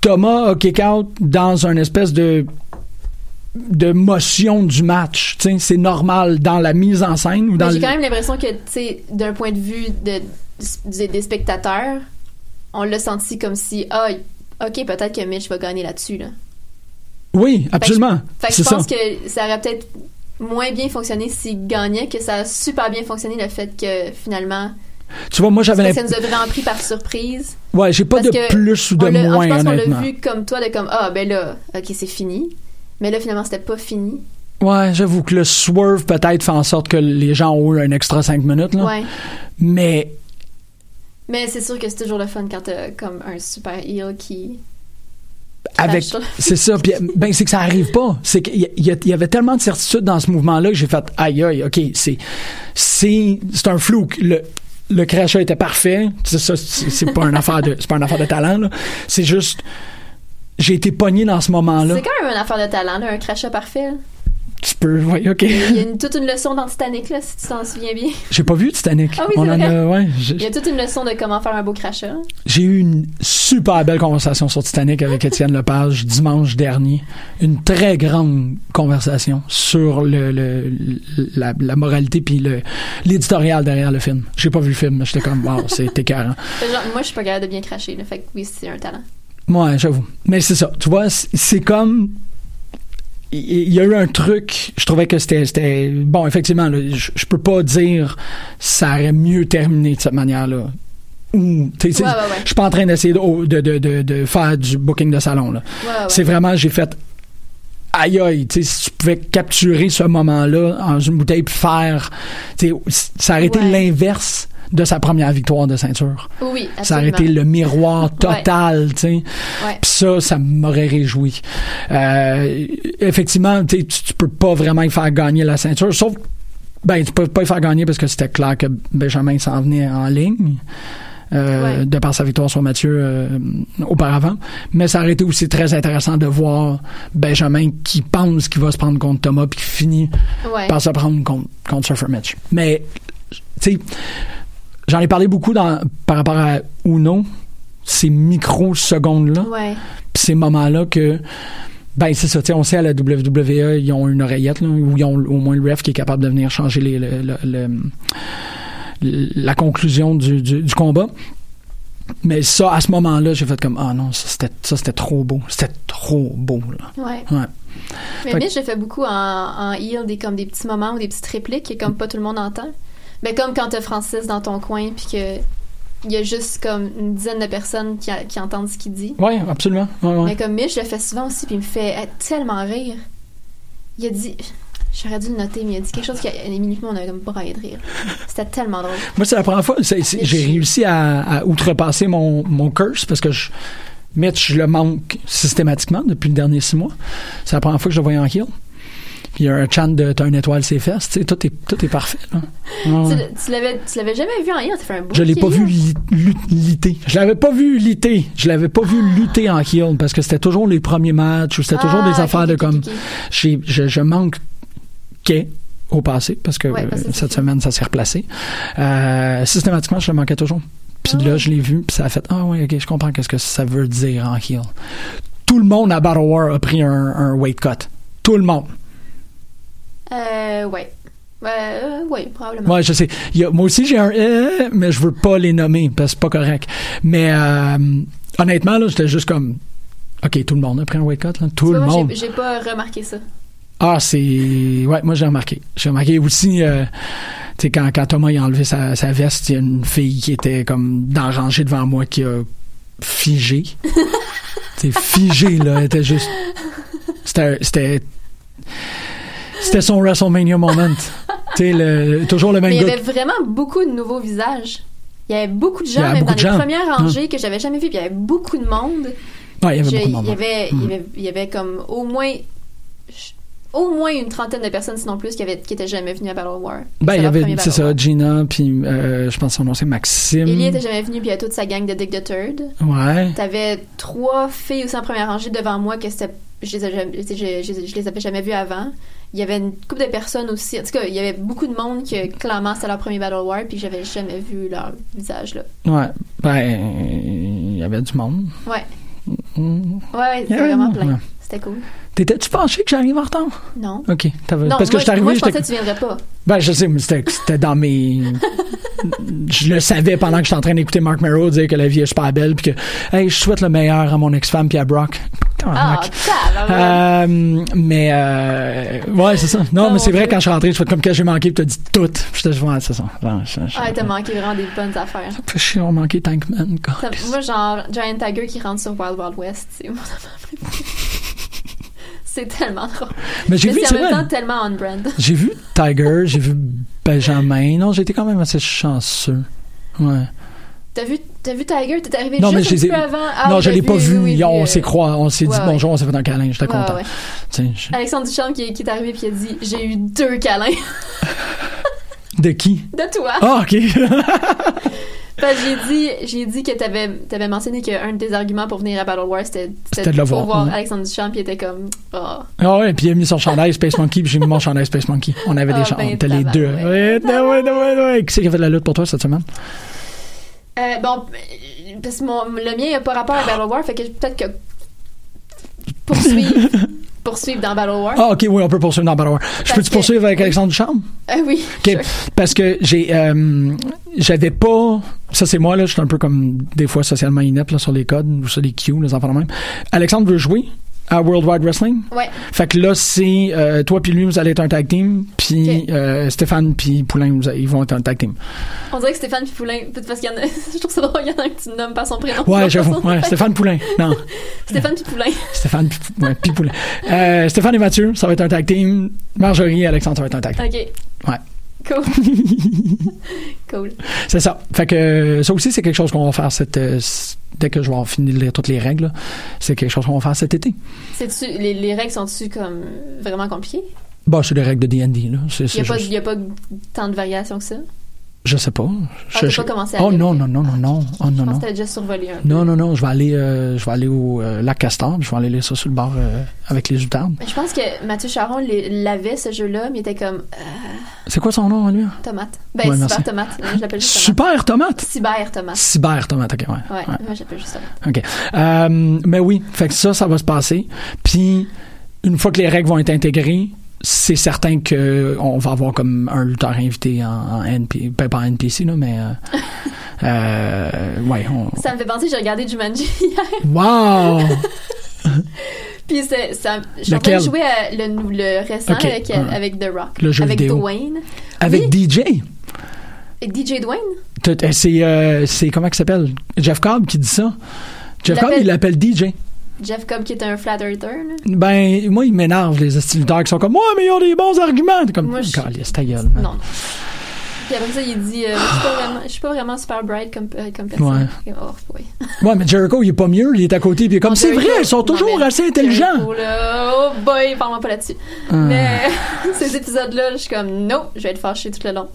Thomas a kick-out dans un espèce de de motion du match. Tu sais, C'est normal dans la mise en scène ou dans
Mais j'ai
le-
quand même l'impression que, tu sais, d'un point de vue de, du- des spectateurs, on l'a senti comme si, ah, ok, peut-être que Mitch va gagner là-dessus. Là.
Oui, absolument.
Fait que
C'est
je
ça.
pense que ça aurait peut-être moins bien fonctionné s'il gagnait, que ça a super bien fonctionné le fait que finalement,
Tu vois, moi j'avais
parce que ça
l'impression.
nous a vraiment pris par surprise.
Ouais, j'ai pas
Parce
de
que
plus ou
on
de
l'a-
moins
Je pense qu'on
honnêtement.
l'a vu comme toi, de comme, ah, ben là, ok, c'est fini. Mais là, finalement, c'était pas fini.
Ouais, j'avoue que le swerve peut-être fait en sorte que les gens ont eu un extra 5 minutes là.
Ouais.
Mais
Mais c'est sûr que c'est toujours le fun quand t'as comme un super heel qui.
avec
Fâche-toi.
c'est ça puis ben c'est que ça arrive pas c'est qu'il y, a- il y a- il y avait tellement de certitude dans ce mouvement là que j'ai fait aïe aïe ok c'est c'est c'est un flou le le crachat était parfait c'est ça c'est c'est pas une affaire de c'est pas une affaire de talent là c'est juste j'ai été pogné dans ce moment Ah, là
C'est quand même une affaire de talent, là, un crachat parfait. là.
tu peux. Oui, ok.
Il y a une- toute une leçon dans Titanic, là, si tu t'en souviens bien.
J'ai pas vu Titanic.
Ah oui,
On
c'est
en
vrai.
a- ouais, j'ai-
Il y a toute une leçon de comment faire un beau crachat.
J'ai eu une super belle conversation sur Titanic avec Étienne Lepage dimanche dernier. Une très grande conversation sur le, le- la, la moralité puis le- l'éditorial derrière le film. J'ai pas vu le film, mais j'étais comme, wow, c'est écœurant.
Fait genre, moi, je suis pas capable de bien cracher, là, fait que oui, c'est un talent.
Ouais, j'avoue. Mais c'est ça. Tu vois, c'est- c'est comme. Il il y a eu un truc, je trouvais que c'était. c'était- Bon, effectivement, là, je, je peux pas dire ça aurait mieux terminé de cette manière-là. Ou, tu sais, c'est-
Ouais, ouais, ouais.
Je suis pas en train d'essayer de, oh, de, de, de- de faire du booking de salon. là.
Ouais, Ah ouais.
C'est vraiment, j'ai fait. Aïe aïe, tu sais, si tu pouvais capturer ce moment-là en une bouteille puis faire. tu sais, Ça aurait été
Ouais.
l'inverse de sa première victoire de ceinture.
Oh Oui, absolument.
Ça aurait été le miroir total, tu sais.
Ouais.
Puis ça, ça m'aurait réjoui. Euh, effectivement, tu, sais, tu tu peux pas vraiment y faire gagner la ceinture, sauf ben tu peux pas y faire gagner parce que c'était clair que Benjamin s'en venait en ligne. euh,
Ouais.
de par sa victoire sur Mathieu euh, auparavant. Mais ça aurait été aussi très intéressant de voir Benjamin qui pense qu'il va se prendre contre Thomas puis qui finit
Ouais.
par se prendre contre, contre Surfer Mitch. Mais, tu sais, j'en ai parlé beaucoup dans, par rapport à Uno, ces microsecondes-là,
Ouais.
puis ces moments-là que, ben, c'est ça, tu sais, on sait à la WWE, ils ont une oreillette, là, ou ils ont au moins le ref qui est capable de venir changer les, le- le- le- la conclusion du, du- du combat. Mais ça, à ce moment-là, j'ai fait comme, ah non, ça c'était ça, c'était trop beau. C'était trop beau, là.
Ouais.
Ouais.
Mais
Fait que-
Mitch, j'ai fait beaucoup en, en heel, des, comme des petits moments ou des petites répliques que comme pas tout le monde entend. Mais comme quand t'as Francis dans ton coin puis que il y a juste comme une dizaine de personnes qui, a- qui entendent ce qu'il dit.
Ouais, absolument. Ouais, ouais.
Mais comme Mitch, je le fais souvent aussi puis il me fait euh, tellement rire. Il a dit... J'aurais dû le noter, mais il a dit quelque chose qui, a- minutiquement, on a comme braillé de rire. C'était tellement drôle.
Moi, c'est la première fois. c'est- c'est- j'ai réussi à, à outrepasser mon, mon curse parce que je, Mitch, je le manque systématiquement depuis les derniers six mois. C'est la première fois que je le voyais en heel. Puis il y a un chant de T'as une étoile, c'est fesses. Tu sais, tout est, tout est parfait. là. Ouais.
Tu l- Tu l'avais tu l'avais jamais vu en heel, t'as fait un bout.
Je l'ai
qu'il
pas
est
vu
heel.
li- lu- lutter. Je l'avais pas vu lutter. Je l'avais pas vu lutter en heel parce que c'était toujours les premiers matchs ou c'était toujours
Ah,
des
ok,
affaires de
ok,
comme.
ok, ok.
J'ai- je, je manque qu'est au passé parce que
Ouais, parce que
euh,
c'est
cette
fini.
semaine ça s'est replacé. Euh, systématiquement, je le manquais toujours. Puis
Ah
là, je l'ai vu, puis ça a fait ah ouais, ok, je comprends qu'est-ce que ça veut dire en heel. Tout le monde à Battle War a pris un, un weight cut. Tout le monde.
Euh, ouais. Ouais, euh, ouais, probablement.
Ouais, je sais. Il y a- moi aussi, j'ai un euh, mais je veux pas les nommer parce que c'est pas correct. Mais euh, honnêtement, là, j'étais juste comme ok, tout le monde a pris un weight cut. Là. Tout
Tu
le
vois,
monde.
j'ai- J'ai pas remarqué ça.
Ah, c'est. Ouais, moi j'ai remarqué. J'ai remarqué aussi, euh, tu sais, quand, quand Thomas il a enlevé sa, sa veste, il y a une fille qui était comme dans la rangée devant moi qui a figé. T'sais, figé, là. Elle était juste. C'était. C'était, c'était son WrestleMania moment. Tu sais, le, toujours le même
Mais il y
gars.
avait vraiment beaucoup de nouveaux visages. Il y avait beaucoup de gens,
Il y avait
même
beaucoup
dans
de
les
gens.
premières rangées que j'avais jamais vues, puis il y avait beaucoup de monde.
Ouais, il y avait
Je-
beaucoup de monde.
il y avait-
Mm.
il y avait- il y avait comme au moins je- au moins une trentaine de personnes, sinon plus, qui, avaient, qui étaient jamais venues à Battle War.
Ben,
C'était
il y
leur
avait,
premier
c'est
Battle
ça,
War.
Gina, puis euh, je pense son nom c'est Maxime.
Ellie était jamais venue, puis il y a toute sa gang de Dick the Third.
Ouais.
T'avais trois filles aussi en première rangée devant moi que c'était. Je les, ai jamais- je, je- je les avais jamais vues avant. Il y avait une couple de personnes aussi. En tout cas, il y avait beaucoup de monde que clairement c'était leur premier Battle War, puis j'avais jamais vu leur visage là.
Ouais. Ben, il y avait du monde.
Ouais.
Mm.
Ouais, ouais, c'était
Yeah,
vraiment
ouais.
plein.
Ouais.
C'était cool.
T'étais-tu penché que j'arrive en retard?
Non.
Ok. t'avais-
Non,
Parce que
moi,
je suis
moi,
arrivé,
je pensais
j'étais.
que tu viendrais pas.
Ben, je sais, mais c'était c'était dans mes. je le savais pendant que j'étais en train d'écouter Mark Merrow dire que la vie est super belle, puis que, hey, je souhaite le meilleur à mon ex-femme puis à Brock.
Ah,
Tabarnak.
ça,
Euh, mais euh, ouais c'est ça
Ah
non
Oh,
mais c'est
mon
vrai
Dieu.
quand je suis rentré je fais comme que j'ai manqué puis t'as dit tout Puis j'étais juste ouais c'est ça Non, je- je-
Ah, t'as manqué vraiment des bonnes affaires.
je suis manqué Tankman quoi.
Ça- moi, genre, Giant Tiger qui rentre sur Wild Wild West, c'est mon affaire préférée. C'est tellement drôle.
mais j'ai
Mais
vu
c'est
c'est
en même
vrai
temps tellement on brand.
j'ai vu Tiger j'ai vu Benjamin non j'étais quand même assez chanceux ouais
T'as vu, t'as vu Tiger? T'es arrivé
Non, mais
juste
je
un
les ai-
petit peu avant. Ah,
non,
oui,
je
t'as
l'ai pas
oui,
vu.
oui,
on
euh,
s'est croisé, on s'est
ouais,
dit
ouais.
bonjour, on s'est fait un câlin, j'étais
ouais,
content.
ouais.
Tu sais, je-
Alexandre Duchamp qui, qui est arrivé puis il a dit J'ai eu deux câlins
De qui
de toi.
Ah, ok.
Parce que j'ai dit, j'ai dit que t'avais, t'avais mentionné qu'un de tes arguments pour venir à Battle Wars, c'était,
C'était de le
pour
voir, Mm.
voir
ouais.
Alexandre Duchamp, puis il était comme, oh,
Ah ouais, puis il a mis son chandail Space Monkey, puis j'ai mis mon chandail Space Monkey. On avait des
Ah,
chandails.
ben,
On était les deux.
tabarouette.
Ouais, ouais, ouais, ouais, ouais. Qui c'est qui a fait de la lutte pour toi cette semaine?
Euh, bon, euh, parce que mon- le mien n'a pas rapport à Battle War, fait que peut-être que poursuivre, poursuivre dans Battle War.
Ah, ok, oui, on peut poursuivre dans Battle War. Je
Parce
peux-tu
que-
poursuivre avec Alexandre Duchamp?
Ah oui.
OK. Parce que j'ai euh, j'avais pas ça c'est moi là, je suis un peu comme des fois socialement inepte là, sur les codes ou sur les cues, les enfants de même. Alexandre veut jouer à World Wide Wrestling.
Ouais.
Fait que là c'est euh, toi puis lui vous allez être un tag team, puis
OK.
euh, Stéphane puis Poulain vous a- ils vont être un tag team.
On dirait que Stéphane puis Poulain, parce qu'il y en a, je trouve ça drôle, il y en a un que tu nommes par son prénom.
Ouais, j'avoue. Ouais, Stéphane Poulain. Non,
Stéphane puis Poulain.
Stéphane puis Pou- ouais, puis Poulain. Euh, Stéphane et Mathieu, ça va être un tag team. Marjorie et Alexandre ça va être un tag team.
Ok.
Ouais.
Cool. cool.
C'est ça. Fait que euh, ça aussi, c'est quelque chose qu'on va faire cette, euh, c- dès que je vais en finir de lire toutes les règles. là, C'est quelque chose qu'on va faire cet été.
C'est-tu, les, les règles sont-tu comme vraiment compliquées?
Bah, c'est des règles de D&D. là. C'est-
Il
c'est
n'y a, pas-
juste-
il y a pas tant de variations que ça?
Je sais pas.
Ah,
Je-
t'as
je-
pas commencé à
oh
lire.
non, non, non, non, non. Oh
Je pense
non, non.
Ah, que t'as déjà survolé un peu.
Non, non, non. Je vais aller, euh, je vais aller au euh, lac Castor. puis Je vais aller lire ça sur le bord euh, avec les outardes.
Mais Je pense que Mathieu Charon les- l'avait ce jeu-là, mais il était comme euh,
C'est quoi son nom, lui?
tomate.
Ouais,
Ben,
merci.
super tomate. Je l'appelle juste tomate.
Super Tomate!
Cyber tomate.
Cyber Tomate, ok, ouais.
Ouais,
ouais.
moi j'appelle juste tomate.
OK. Euh, mais oui, fait que ça, ça va se passer. Puis, une fois que les règles vont être intégrées, c'est certain que on va avoir comme un lutteur invité en, en NP, ben, pas en NPC, là, mais... euh, euh, ouais, on...
Ça me fait penser, j'ai regardé Jumanji hier,
Wow!
puis c'est, ça, je suis en train
Lequel?
de jouer à le, nou- le récent
Ok,
avec,
ouais.
avec The Rock,
Le jeu
avec
vidéo.
Dwayne,
Avec DJ!
avec DJ Dwayne.
T'as- t'as- C'est, euh, c'est comment il s'appelle? Jeff Cobb qui dit ça. Jeff
Il
Cobb,
l'appelle-
il l'appelle DJ.
Jeff Cobb qui est un flat earther. là.
Ben, moi, il m'énerve, les astilateurs qui sont comme, ouais, mais ils ont des bons arguments. T'es comme,
Moi, je-
Calisse, ta gueule, man.
Non. Puis après ça, il dit, euh, je suis pas vraiment- je suis pas vraiment super bright comme, euh, comme
Ouais.
personne. Et, Oh, ouais.
Ouais, mais Jericho, il est pas mieux, il est à côté, puis il est comme,
Non,
c'est
Jericho,
vrai, ils sont
non,
toujours
mais
assez intelligents.
Jericho, là, oh boy, parle-moi pas là-dessus.
Hum.
Mais ces épisodes-là, je suis comme, non, je vais être fâchée tout le long.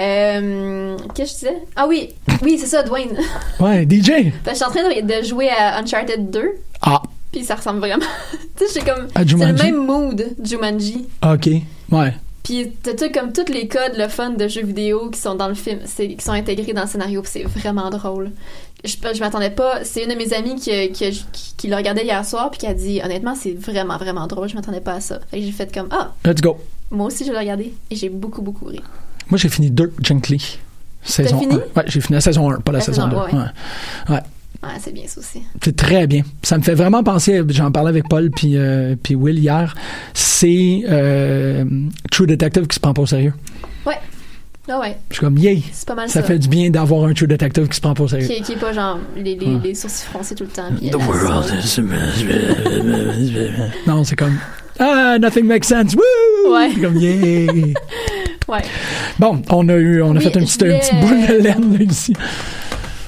Euh, Qu'est-ce que je disais? Ah oui, oui, c'est ça, Dwayne.
Ouais, DJ.
Parce que je suis en train de, de jouer à Uncharted 2,
Ah,
puis ça ressemble vraiment. tu sais, j'ai comme.
À
C'est le
Jumanji?
même mood, Jumanji.
ok. Ouais.
Puis t'as tout comme tous les codes, le fun de jeux vidéo qui sont dans le film, c'est- qui sont intégrés dans le scénario, puis c'est vraiment drôle. Je, je m'attendais pas. C'est une de mes amies qui, qui, qui, qui le regardait hier soir, puis qui a dit, honnêtement, c'est vraiment, vraiment drôle, je m'attendais pas à ça. Fait que j'ai fait comme, ah,
Let's go.
moi aussi, je l'ai regardé et j'ai beaucoup, beaucoup ri.
Moi, j'ai fini Dirk Gently. Saison
fini?
1. Ouais, j'ai fini la saison 1, pas la,
La
saison 2.
saison un, ouais,
Ouais.
Ouais, c'est bien ça aussi.
C'est très bien. Ça me fait vraiment penser, j'en parlais avec Paul puis euh, puis Will hier, c'est euh, True Detective qui se prend pas au sérieux.
Ah ouais,
Je suis comme, yay!
c'est pas mal
Ça
Ah, ça.
fait du bien d'avoir un True Detective qui se prend pas au sérieux.
Qui, est- qui est pas genre les, les,
Ouais.
les sourcils froncés tout le temps. puis- euh,
Non, c'est comme, ah, nothing makes sense, woo!
Ouais.
C'est Comme, yay!
Ouais.
bon, on a eu, on a
Oui,
fait une
je
petite, une
voulais-
petite boule de laine là, ici.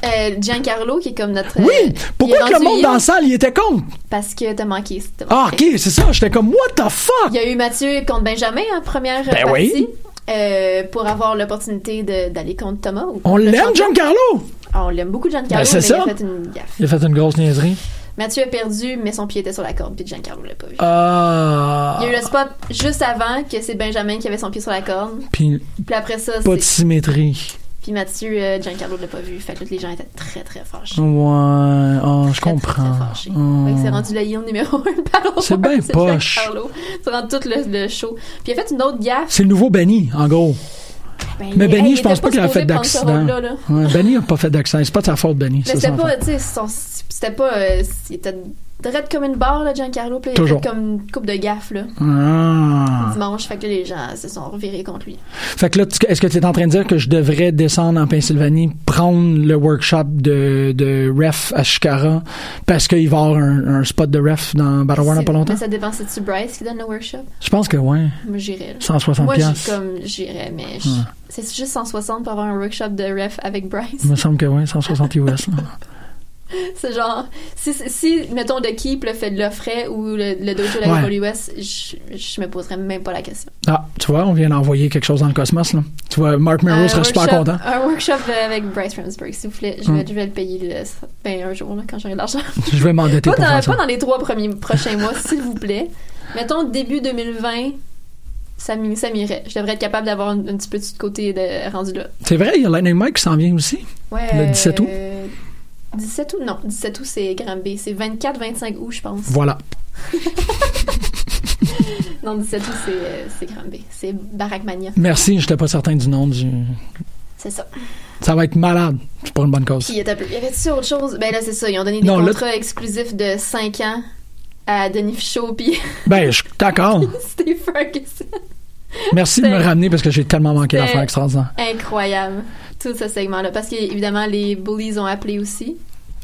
Euh, Giancarlo, qui est comme notre. euh,
Oui! Pourquoi
il est
que le
rendu
monde
libre?
dans la salle, il était contre?
Parce que t'as manqué. t'as
Ah,
manqué.
ok, c'est ça. J'étais comme, what the fuck?
Il y a eu Mathieu contre Benjamin en première
Ben
partie.
oui.
euh, pour avoir l'opportunité de- d'aller contre Thomas. ou
On
contre le
l'aime,
champion.
Giancarlo!
Ah, On l'aime beaucoup, Giancarlo,
Ben, c'est
mais
ça.
il a fait une gaffe.
Il a fait une grosse niaiserie.
Mathieu a perdu, mais son pied était sur la corde, puis Giancarlo l'a pas vu.
Ah!
Il y a eu le spot juste avant que c'est Benjamin qui avait son pied sur la corde.
Puis,
Puis après ça,
pas de
c'est
symétrie.
Puis Mathieu, euh, Giancarlo l'a pas vu. Fait que là, les gens étaient très, très fâchés.
Ouais, oh, je
Très, très,
comprends.
très fâchés.
Oh.
Fait que c'est rendu le heel numéro 1 de Battle
C'est
Wars,
ben poche.
Giancarlo. Durant tout le, le show. Puis il a fait une autre gaffe.
C'est le nouveau Benny, en gros.
Ben,
Mais
il-
Benny,
hey,
je
il était
pense pas qu'il a
supposé
fait
prendre ce
d'accident.
rôle-là, là.
Ouais, Benny a pas fait d'accident. C'est pas de sa faute, Benny.
Mais
Ça,
c'était
c'est
pas, tu sais, son- c'était pas. euh, il était direct comme une barre, là, Giancarlo. Puis il a
Toujours.
fait comme une coupe de gaffe, là,
Ah.
dimanche. Fait que là, les gens se sont revirés contre lui.
Fait que là, tu- est-ce que tu es en train de dire que je devrais descendre en Pennsylvanie, prendre le workshop de, de ref à Shikara parce qu'il va y avoir un, un spot de ref dans Battle War dans
C'est-
pas longtemps?
Mais ça dépend, c'est-tu Bryce qui donne le workshop?
Je pense que ouais.
Moi, j'irais, là.
160
Moi,
piastres.
j'ai comme, j'irais, mais je-
Ouais.
c'est juste 160 pour avoir un workshop de ref avec Bryce.
Il me semble que oui, 160 US. là.
c'est genre, si, si, mettons, The Keep le fait de l'offrait ou le, le dojo de la
Ouais.
US, je, je me poserais même pas la question.
Ah, tu vois, on vient d'envoyer quelque chose dans le cosmos, là. Tu vois, Mark Merrow
Un
serait super
workshop-
content.
Un workshop avec Bryce Ramsburg, s'il vous plaît. Je vais,
Mm.
je vais le payer le- ben, un jour, là, quand j'aurai de l'argent.
Je vais m'endetter
pas,
pour
dans,
faire
pas
ça.
dans les trois premiers prochains mois, s'il vous plaît. Mettons début 2020, ça m'y- ça m'irait. Je devrais être capable d'avoir un, un petit peu de côté de, rendu là.
C'est vrai, il y a Lightning Mike qui s'en vient aussi.
Ouais,
Le 17 août?
euh, 17 août, non. 17 août, c'est Grand B. C'est 24-25 août, je pense.
Voilà.
Non, 17 août, c'est, euh, c'est Grand B. C'est Barakmania.
Merci, j'étais pas certain du nom du.
C'est ça.
Ça va être malade. C'est pas une bonne cause.
Puis, il y a tapé- il y avait-tu autre chose? Ben là, c'est ça. Ils ont donné des
Non, là-
contrats exclusifs de 5 ans à Denis Fichot puis
Ben, je suis d'accord.
Steve Ferguson.
Merci de me
C'est-
ramener parce que j'ai tellement manqué
c'est-
d'affaires extraordinaires.
Incroyable, tout ce segment-là. Parce qu'évidemment, les bullies ont appelé aussi.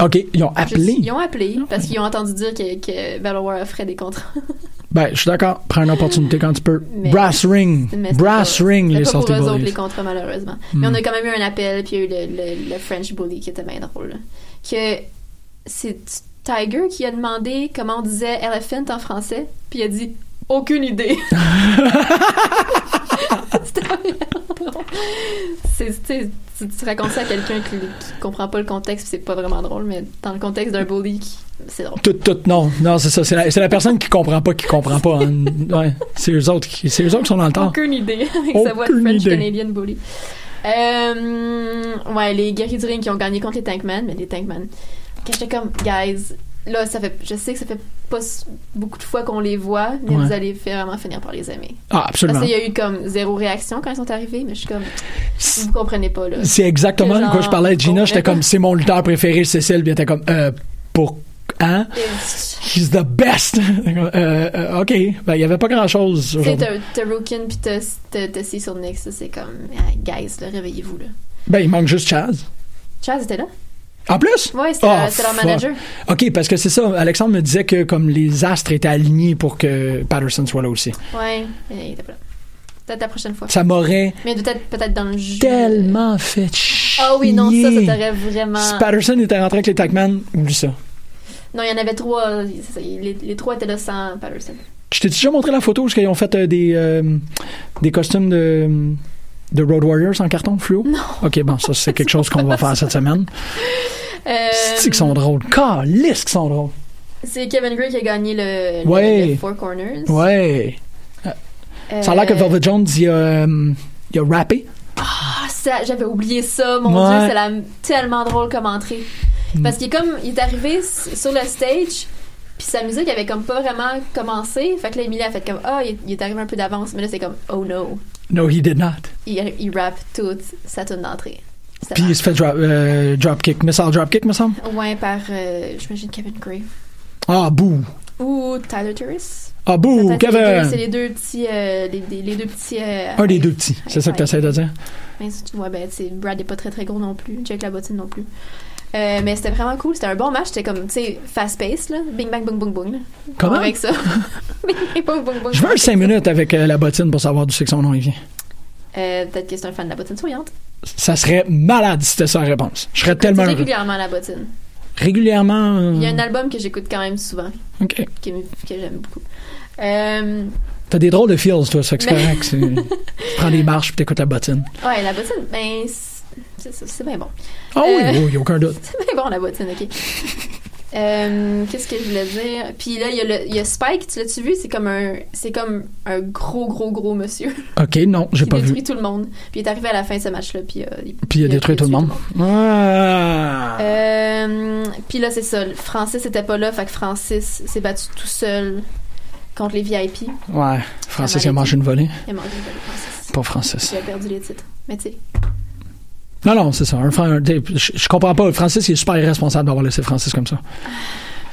OK, ils ont
Je-
appelé.
Ils ont appelé parce qu'ils ont entendu dire que, que Valor offrait des contrats.
Ben, je suis d'accord. Prends une opportunité quand tu peux.
Mais-
Brass Ring.
Mais c'est
Brass
pas-
Ring,
c'était
les
pas
sorties
pour eux autres,
bullies.
les contrats, malheureusement.
Mm.
Mais on a quand même eu un appel, puis il y a eu le, le- le French Bully qui était bien drôle. là. Que c'est Tiger qui a demandé comment on disait elephant en français, puis il a dit aucune idée. C'était vraiment drôle. C'est- tu sais, tu, tu racontes ça à quelqu'un qui, qui comprend pas le contexte, puis c'est pas vraiment drôle, mais dans le contexte d'un bully, qui- c'est drôle.
Tout, tout, non. Non, c'est ça. C'est la, c'est la personne qui comprend pas, qui comprend pas. hein. Ouais, c'est eux autres qui, c'est eux autres qui sont dans le temps.
Aucune idée avec sa voix de
Aucune
French
idée.
Canadian Bully. Euh, ouais, les guerriers du ring qui ont gagné contre les Tankman, mais les Tankman. que J'étais comme, guys, là, ça fait, je sais que ça fait pas s- beaucoup de fois qu'on les voit, mais
Ouais.
vous allez vraiment finir par les aimer.
Ah,
Parce
absolument.
qu'il y a eu comme zéro réaction quand ils sont arrivés, mais je suis comme, vous comprenez pas, là.
C'est exactement
Que
de quoi
genre,
je parlais avec Gina.
on
J'étais
est pas-
comme, c'est mon lutteur préféré, Cécile. Puis elle était comme, euh, pour. Hein?
C'est
He's the best! Euh, euh, ok. Ben, il y avait pas grand chose aujourd'hui.
t'as t'as Rookin pis t'as- t'as t'as C sur Nick, ça c'est comme, ah, guys, là, réveillez-vous, là.
Ben, il manque juste Chaz.
Chaz était là?
En plus?
Ouais, c'était
Oh,
leur- c'était leur
fuck.
manager.
OK, parce que c'est ça. Alexandre me disait que comme les astres étaient alignés pour que Patterson soit là aussi.
Ouais, il était pas là. Peut-être la prochaine fois.
Ça m'aurait
Mais peut-être peut-être dans le jeu.
tellement fait chier.
Ah oui, non, ça, ça t'aurait vraiment.
Si Patterson était rentré avec les Tackman, oublie ça.
Non, il y en avait trois. c'est ça, Les, les trois étaient là sans Patterson.
Je t'ai déjà montré la photo où ils ont fait euh, des, euh, des costumes de, de Road Warriors en carton fluo?
Non.
OK, bon, ça, c'est quelque chose qu'on va faire cette semaine.
Euh,
C'est qu'ils sont drôles. Calisse qu'ils sont drôles.
c'est Kevin Gray qui a gagné le, le-
Ouais.
le Four Corners.
Ouais.
Euh,
Ça a l'air que Velvet Jones, il a, euh, il a rappé.
Ah, ça, j'avais oublié ça. Mon
Ouais. Mm.
Dieu, c'est la- tellement drôle comme entrée. Parce qu'il est comme, il est arrivé s- sur le stage. Puis sa musique avait comme pas vraiment commencé. Fait que là, Emily a fait comme, ah, il, il est arrivé un peu d'avance. Mais là, c'est comme, oh no.
No, he did not.
Il, il rappe toute sa tune d'entrée. C'était
Puis il se fait drop, euh, dropkick. Missile dropkick, me semble.
Ouais, par, euh, j'imagine, Kevin Gray.
Ah, bouh.
Ou Tyler Turris.
Ah, bouh,
Peut-être c'est les deux-
Kevin.
C'est les deux petits... euh, les, les- les deux petits... euh,
Un des deux petits. C'est ça que tu essaies de dire.
Mais c'est- ouais, ben, c'est- Brad est pas très, très gros non plus. Jack Labottine non plus. Euh, mais c'était vraiment cool. C'était un bon match. C'était comme, tu sais, fast-paced, là. Bing, bang, boum, boum, boum. là.
Comment?
Avec ça. Bing, bang, boum, boum, boum.
Je veux un 5 minutes avec euh, la bottine pour savoir d'où c'est que son nom il vient.
Euh, Peut-être que c'est un fan de la bottine souriante.
Ça serait malade si c'était ça la réponse. Je serais tellement
C'est
heureux.
régulièrement la bottine.
Régulièrement. euh,
Il y a un album que j'écoute quand même souvent,
OK.
que, que j'aime beaucoup. Euh,
T'as des drôles de feels, toi, ça fait que c'est
Mais-
correct. c'est- Tu prends des marches puis t'écoutes la bottine.
ouais, la bottine, ben, c'est- c'est c'est bien bon.
Ah
Euh.
oui, il n'y a aucun doute.
C'est bien bon la bottine, ok. Euh, Qu'est-ce que je voulais dire? Puis là, il y, a le- il y a Spike, tu l'as-tu vu? C'est comme, un, c'est comme un gros, gros, gros monsieur
OK, non, j'ai
qui
pas
détruit
vu.
tout le monde. Puis il est arrivé à la fin de ce match-là, puis euh, il,
Puis il a détruit tout le monde. Ah.
Euh, puis là, c'est ça. le- Francis n'était pas là, fait que Francis s'est battu tout seul contre les VIP.
Ouais, Francis, il a
maladie.
mangé une volée.
Il a mangé le volet, Francis.
Pas Francis.
Il a perdu les titres. Mais tu sais,
Non, non, c'est ça. Un frère, un- t'sais, je, je comprends pas. Francis, il est super irresponsable d'avoir laissé Francis comme ça.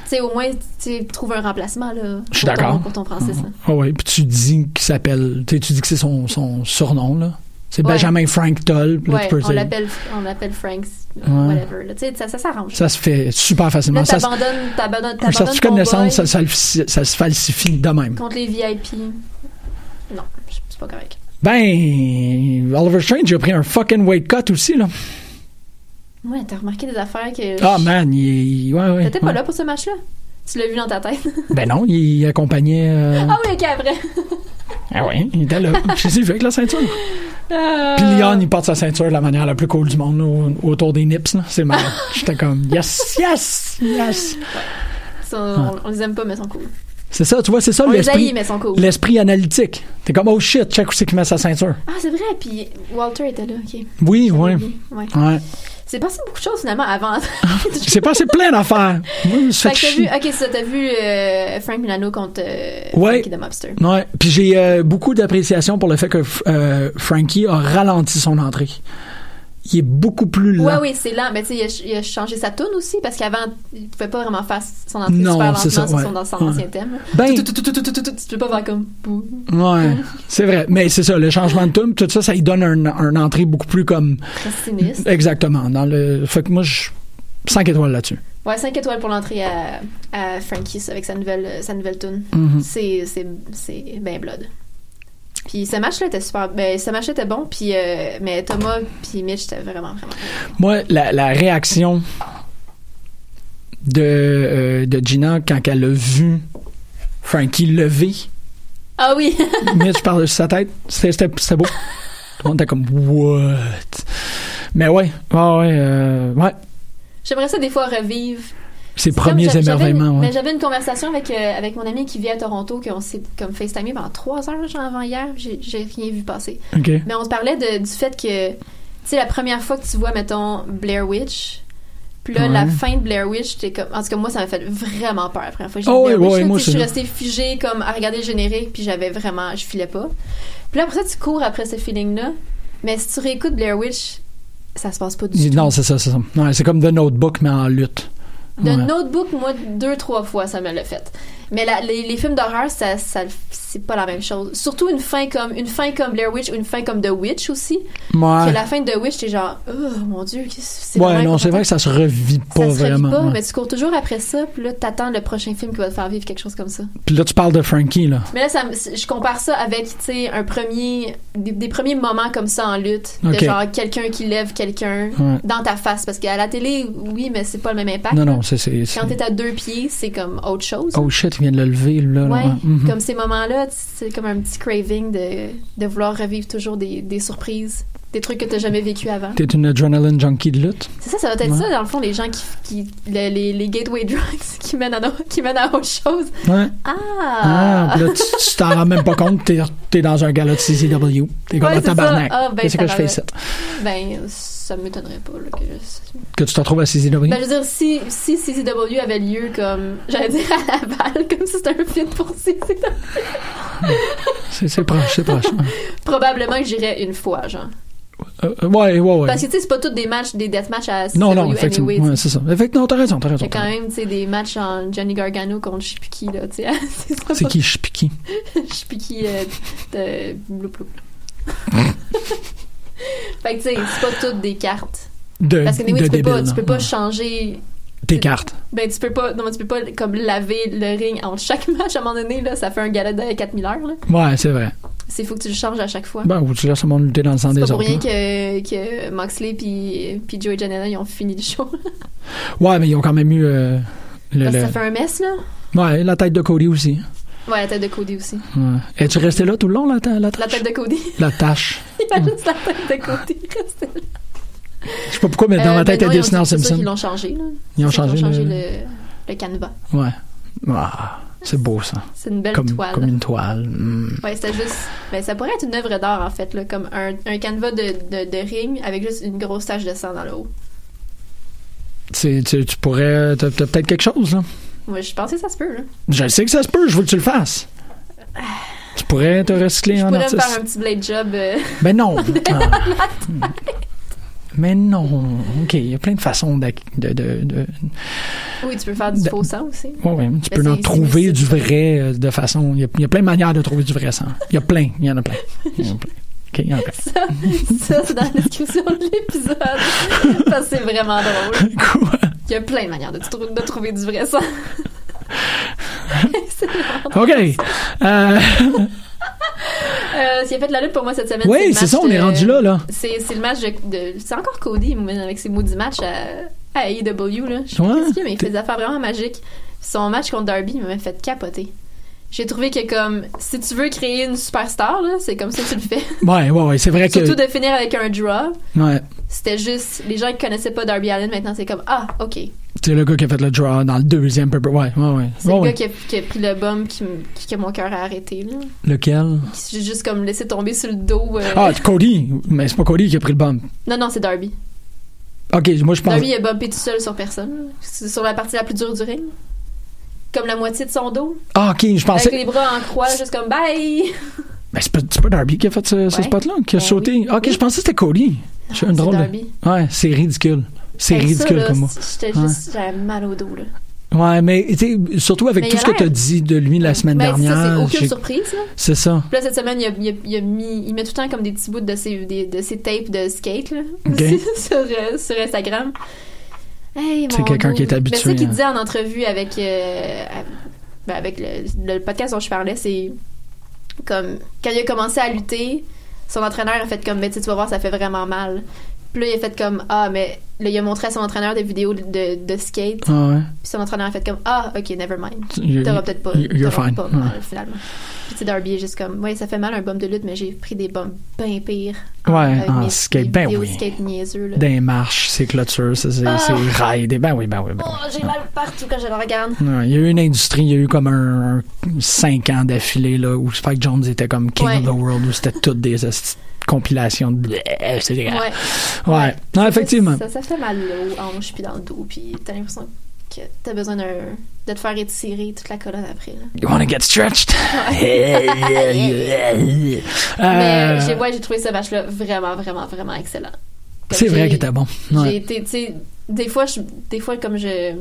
tu sais, au moins, tu sais, trouve un remplacement, là.
Je suis
pour ton-
d'accord.
Pour ton Francis, là.
Ah ouais, puis tu dis qu'il s'appelle. t'sais, Tu dis que c'est son, son surnom, là. C'est
Ouais.
Benjamin Frank Toll. puis là,
Ouais,
tu peux
on
dire-
l'appelle, on l'appelle Frank,
Ouais.
whatever. là. Tu sais, ça, ça s'arrange.
Ça se fait super facilement.
Là,
Ça se-
t'abandonnes, t'abandonnes,
un
t'abandonnes
certificat
ton
de
boy
naissance, ça, ça le- ça se falsifie de même.
contre les VIP. Non, je- c'est pas correct.
Ben, Oliver Strange a pris un fucking weight cut aussi, là.
Ouais, t'as remarqué des affaires que.
Ah,
je-
man, il. Ouais, ouais.
T'étais pas
ouais.
là pour ce match-là? Tu l'as vu dans ta tête?
Ben non, il accompagnait. euh,
ah oui, ok, après.
Ah ouais, il était là. Je les ai vus avec la ceinture.
Euh,
Puis Leon, il porte sa ceinture de la manière la plus cool du monde là, au- autour des nips. là. C'est marrant. J'étais comme, yes, yes, yes.
ils sont- on, on les aime pas, mais ils sont cool.
C'est ça, tu vois, c'est ça
On les
Ah. l'esprit.
haït, mais ils sont cool.
L'esprit analytique. T'es comme, oh shit, check où c'est qu'il met sa ceinture.
Ah, c'est vrai, puis Walter était là, ok.
Oui, oui.
Ouais.
Ouais. Ah,
C'est passé beaucoup de choses finalement avant.
C'est passé plein d'affaires. Moi, je me suis
fait
fait
que t'as
chier.
vu, ok, ça, t'as vu euh, Frank Milano contre euh,
Ouais.
Frankie the Mobster.
Ouais. Puis j'ai euh, beaucoup d'appréciation pour le fait que euh, Frankie a ralenti son entrée. Il est beaucoup plus lent.
Ouais, oui, c'est lent, mais tu sais, il a- il a, changé sa tune aussi parce qu'avant, il pouvait pas vraiment faire son entrée
Non,
super lentement
c'est ça,
sur
ouais.
son, dans son
Ouais.
ancien thème.
Ben-
Tout, Mm. tout, tout, tout, tout, tout, tout, tu peux pas faire comme. bouh.
Ouais, c'est vrai. Mais c'est ça, le changement de tune, tout ça, ça lui donne un, un entrée beaucoup plus comme.
C'est sinistre.
Exactement. Dans le... Fait que moi, je. 5 étoiles là-dessus.
Ouais, 5 étoiles pour l'entrée à, à Frankie ça, avec sa nouvelle, euh, sa nouvelle tune.
Mhm.
C'est c'est c'est ben blood. Puis ce match-là était super. Ben, ce match-là était bon, puis, euh, mais Thomas puis Mitch c'était vraiment, vraiment.
Moi, la, la réaction de, euh, de Gina quand elle a vu Frankie lever
Ah oui!
Mitch par-dessus sa tête, c'était- c'était c'était beau. Tout le monde était comme, what? Mais ouais, ouais, ouais, euh, ouais.
J'aimerais ça des fois revivre. C'est
Ses
comme
premiers
j'a- j'avais une-
émerveillements, ouais.
Mais j'avais une conversation avec, euh, avec mon ami qui vit à Toronto, qu'on s'est comme FaceTimé pendant trois heures genre, avant hier. J'ai j'ai rien vu passer.
OK.
Mais on se parlait de- du fait que, tu sais, la première fois que tu vois, mettons, Blair Witch, puis là,
Ouais.
la fin de Blair Witch, t'es comme. En tout cas, moi, ça m'a fait vraiment peur la première fois. que J'ai
Ah
vu
ouais,
Blair Witch,
ouais,
là,
moi
tu sais, je suis
aussi.
restée figée, comme, à regarder le générique, puis j'avais vraiment. Je filais pas. Puis là, après ça, tu cours après ce feeling-là. Mais si tu réécoutes Blair Witch, ça se passe pas du tout.
Non, c'est ça, c'est ça. Ouais, c'est comme The Notebook, mais en lutte.
The
Ouais.
Notebook, moi, deux, trois fois, ça me l'a fait. Mais la- les, les films d'horreur, ça, ça, c'est pas la même chose. Surtout une fin comme une fin comme Blair Witch ou une fin comme The Witch aussi.
Ouais.
Que la fin de The Witch, t'es genre, oh mon dieu, qu'est-ce que c'est
Ouais,
vraiment
non, c'est vrai que ça se revit
confortable.
pas
Ça se revit
vraiment.
pas,
ouais.
mais tu cours toujours après ça, puis là, t'attends le prochain film qui va te faire vivre quelque chose comme ça.
Puis là, tu parles de Frankie, là.
Mais là, ça, me- je compare ça avec, tu sais, un premier, des, des premiers moments comme ça en lutte.
Ok.
De genre, quelqu'un qui lève quelqu'un
Ouais.
dans ta face. Parce qu'à la télé, oui, mais c'est pas le même impact.
Non, non, c'est. c'est-
Quand
c'est-
t'es à deux pieds, c'est comme autre chose.
Oh shit, il vient de le lever, là. là,
Ouais,
ouais. Mhm.
comme ces moments-là, c'est comme un petit craving de, de vouloir revivre toujours des, des surprises, des trucs que t'as jamais vécu avant.
T'es une adrenaline junkie de lutte.
C'est ça, ça doit être
Ouais.
ça, dans le fond, les gens qui. qui le- les, les gateway drugs qui mènent, à, no- qui mènent à autre chose.
Ouais.
Ah!
Ah, puis là, tu tu t'en rends même pas compte, t'es es dans un gala de CZW. T'es comme
Ouais,
un
c'est ça.
tabarnak.
Ah, ben,
Qu'est-ce que je fais
tabarnak.
ici?
Ben, ça m'étonnerait pas, là, que je.
Que tu te retrouves à CZW?
Ben, je veux dire, si, si CCW avait lieu comme. J'allais dire à Laval, comme si c'était un film pour CCW.
C'est c'est proche, c'est proche. ouais.
Probablement que j'irais une fois, genre.
Euh, euh, ouais, ouais, ouais.
Parce que, tu sais, c'est pas tous des matchs, des deathmatchs à CCW.
Non, non,
anyway,
effectivement.
tu sais.
ouais, c'est ça. Effectivement, non, t'as raison, t'as
Il y
raison.
a
t'as
quand
raison.
même tu sais, des matchs en Johnny Gargano contre je sais plus qui, là, tu sais. C'est ça,
C'est qui, Shpiki?
Je sais plus qui, euh, de... bloup, bloup. fait que, tu sais, c'est pas toutes des cartes.
De,
Parce que,
Euh, de
anyway, tu peux,
débile,
pas, tu
là.
peux pas
Ouais.
changer...
Tes cartes.
Ben, tu peux pas... Non, mais tu peux pas, comme, laver le ring entre chaque match. À un moment donné, là, ça fait un gala de 4000 heures, là.
Ouais, c'est vrai.
C'est faut que tu le changes à chaque fois.
Ben, ou tu laisses le monde lutter dans le sang
c'est
des hein.
pas pour
autres.
rien
là.
que, que Moxley puis, puis Joey Janela, ils ont fini le show.
Ouais, mais ils ont quand même eu. euh, le,
Parce que
le-
ça fait un mess, là.
Ouais, la tête de Cody aussi.
Ouais, la tête de Cody aussi.
Ouais. Es-tu resté là tout le long, la, ta- la
La
tâche?
tête de Cody.
La tâche.
Imagine si la tête de Cody restait là.
Je sais pas pourquoi, mais dans ma tête,
elle
elle dessinée en Simpson.
Euh, ben Ils l'ont changé. Là.
Ils ont
C'est sûr
changé
qu'ils
le-
le... le canevas.
Ouais. Ah, c'est beau, ça.
C'est une belle
Comme,
toile.
comme une toile. Mm.
Ouais, c'était juste. Ben, ça pourrait être une œuvre d'art, en fait, là, comme un, un canevas de, de, de ring avec juste une grosse tache de sang dans le haut.
C'est- Tu, tu pourrais. T'as t'as peut-être quelque chose, là.
Moi, je pensais que ça se peut. Là.
Je sais que ça se peut, je veux que tu le fasses. Tu pourrais te recycler
Je
en
pourrais me
artiste.
faire un petit blade job. euh,
Mais non. Ah. Mais non. OK, il y a plein de façons d'ac- de. de, de...
Oui, tu peux faire du
Ben-
faux sang aussi.
Ouais, ouais, tu
Mais
peux en
c'est-
trouver
c'est-
du vrai euh, de façon. Il y, a, il y a plein de manières de trouver du vrai sang. Il y a plein. Il y en a plein. Il y en a plein. OK, il y en a plein.
Ça, ça, c'est dans la description de l'épisode. Parce que c'est vraiment drôle.
Quoi?
Il y a plein de manières de, trou- de trouver du vrai sang. c'est vraiment drôle.
OK. Euh,
Euh, ce qui a fait de la lutte pour moi cette semaine.
Oui,
le
c'est
match
ça, on est
de-
rendu là, là.
C'est c'est le match de. de- c'est encore Cody, il mène avec ses maudits matchs à, à AEW, là. Je sais
Ouais,
pas ce qu'il y a, mais il
t'es-
fait des affaires vraiment magiques. Son match contre Darby il m'a fait capoter. J'ai trouvé que, comme, si tu veux créer une superstar, là, c'est comme ça que tu le fais.
Ouais, ouais, ouais, c'est vrai que.
Surtout de finir avec un draw.
Ouais.
C'était juste. Les gens qui connaissaient pas Darby Allen, maintenant, c'est comme, ah, OK.
C'est le gars qui a fait le draw dans le deuxième Purple. Ouais, ouais, ouais.
C'est
Ouais,
le gars
ouais.
qui a, qui a pris le bum qui, m- qui- que mon cœur a arrêté, là.
Lequel
Qui- J'ai juste, comme, laissé tomber sur le dos. euh,
Ah, Cody. Mais c'est pas Cody qui a pris le bump.
Non, non, c'est Darby.
Ok, moi je pense.
Darby il a bumpé tout seul sur personne. C'est sur la partie la plus dure du ring. Comme la moitié de son dos.
Ah, ok, je pensais.
Avec les bras en croix, juste comme bye!
Mais c'est pas, c'est pas Darby qui a fait ce, ce
Ouais.
spot-là, qui a
Ben
sauté.
oui.
Ok,
Oui.
je pensais que c'était Cody. Je suis un
c'est
drôle. de-
Darby.
Ouais, c'est ridicule. C'est
Avec ça,
ridicule
là,
comme moi.
J'étais
Ouais.
juste, j'avais mal au dos, là.
Ouais, mais tu sais, surtout avec
Mais
tout
il a
ce que
l'air-
tu as dit de lui la semaine
Mais
dernière.
ça, c'est aucune
j'ai-
surprise, là.
c'est ça.
Puis là, cette semaine, il, a, il, a- il a mis, il met tout le temps comme des petits bouts de ses, des- de ses tapes de skate, là.
Ok.
sur, euh, sur Instagram. Hey,
C'est
mon
quelqu'un
dos.
qui est habitué,
Mais c'est ça qu'il
hein.
disait en entrevue avec, euh, à- ben, avec le, le podcast dont je parlais, c'est comme quand il a commencé à lutter, son entraîneur a fait comme, mais tu sais, tu vas voir, ça fait vraiment mal. Puis là, il a fait comme, ah, mais là, il a montré à son entraîneur des vidéos de, de skate. Puis
Ah ouais.
son entraîneur a fait comme, ah, ok, never mind.
You're-
T'auras peut-être pas.
You're
t'auras
fine.
pas mal,
Ouais.
finalement. Puis tu sais, Darby est juste comme, ouais, ça fait mal un bum de lutte, mais j'ai pris des bums bien pires.
Ouais,
avec
en
mes-
skate,
mes
ben
vidéos
oui.
de skate niaiseux, là.
Des marches, c'est clôture, c'est c'est-
Ah.
c'est raide. Et Ben oui, ben oui, ben
Oh,
oui.
j'ai mal partout quand je le regarde.
Ouais, il y a eu une industrie, il y a eu comme un 5 ans d'affilée là, où Spike Jones était comme King
Ouais.
of the World, où c'était toutes des esti- compilations de bleh, c'est
Ouais.
dégueulasse. Ouais. Non,
Ça fait-
effectivement.
Ça, ça fait mal aux hanches puis dans le dos, puis t'as l'impression que t'as besoin d'un- de te faire étirer toute la colonne après, là.
You wanna get stretched?
Mais euh,
Euh,
j'ai ouais, j'ai trouvé ce match-là vraiment, vraiment, vraiment excellent. Comme
c'est vrai
j'ai-
qu'il était bon. Ouais.
J'ai été, tu sais, des fois, je, des fois comme je,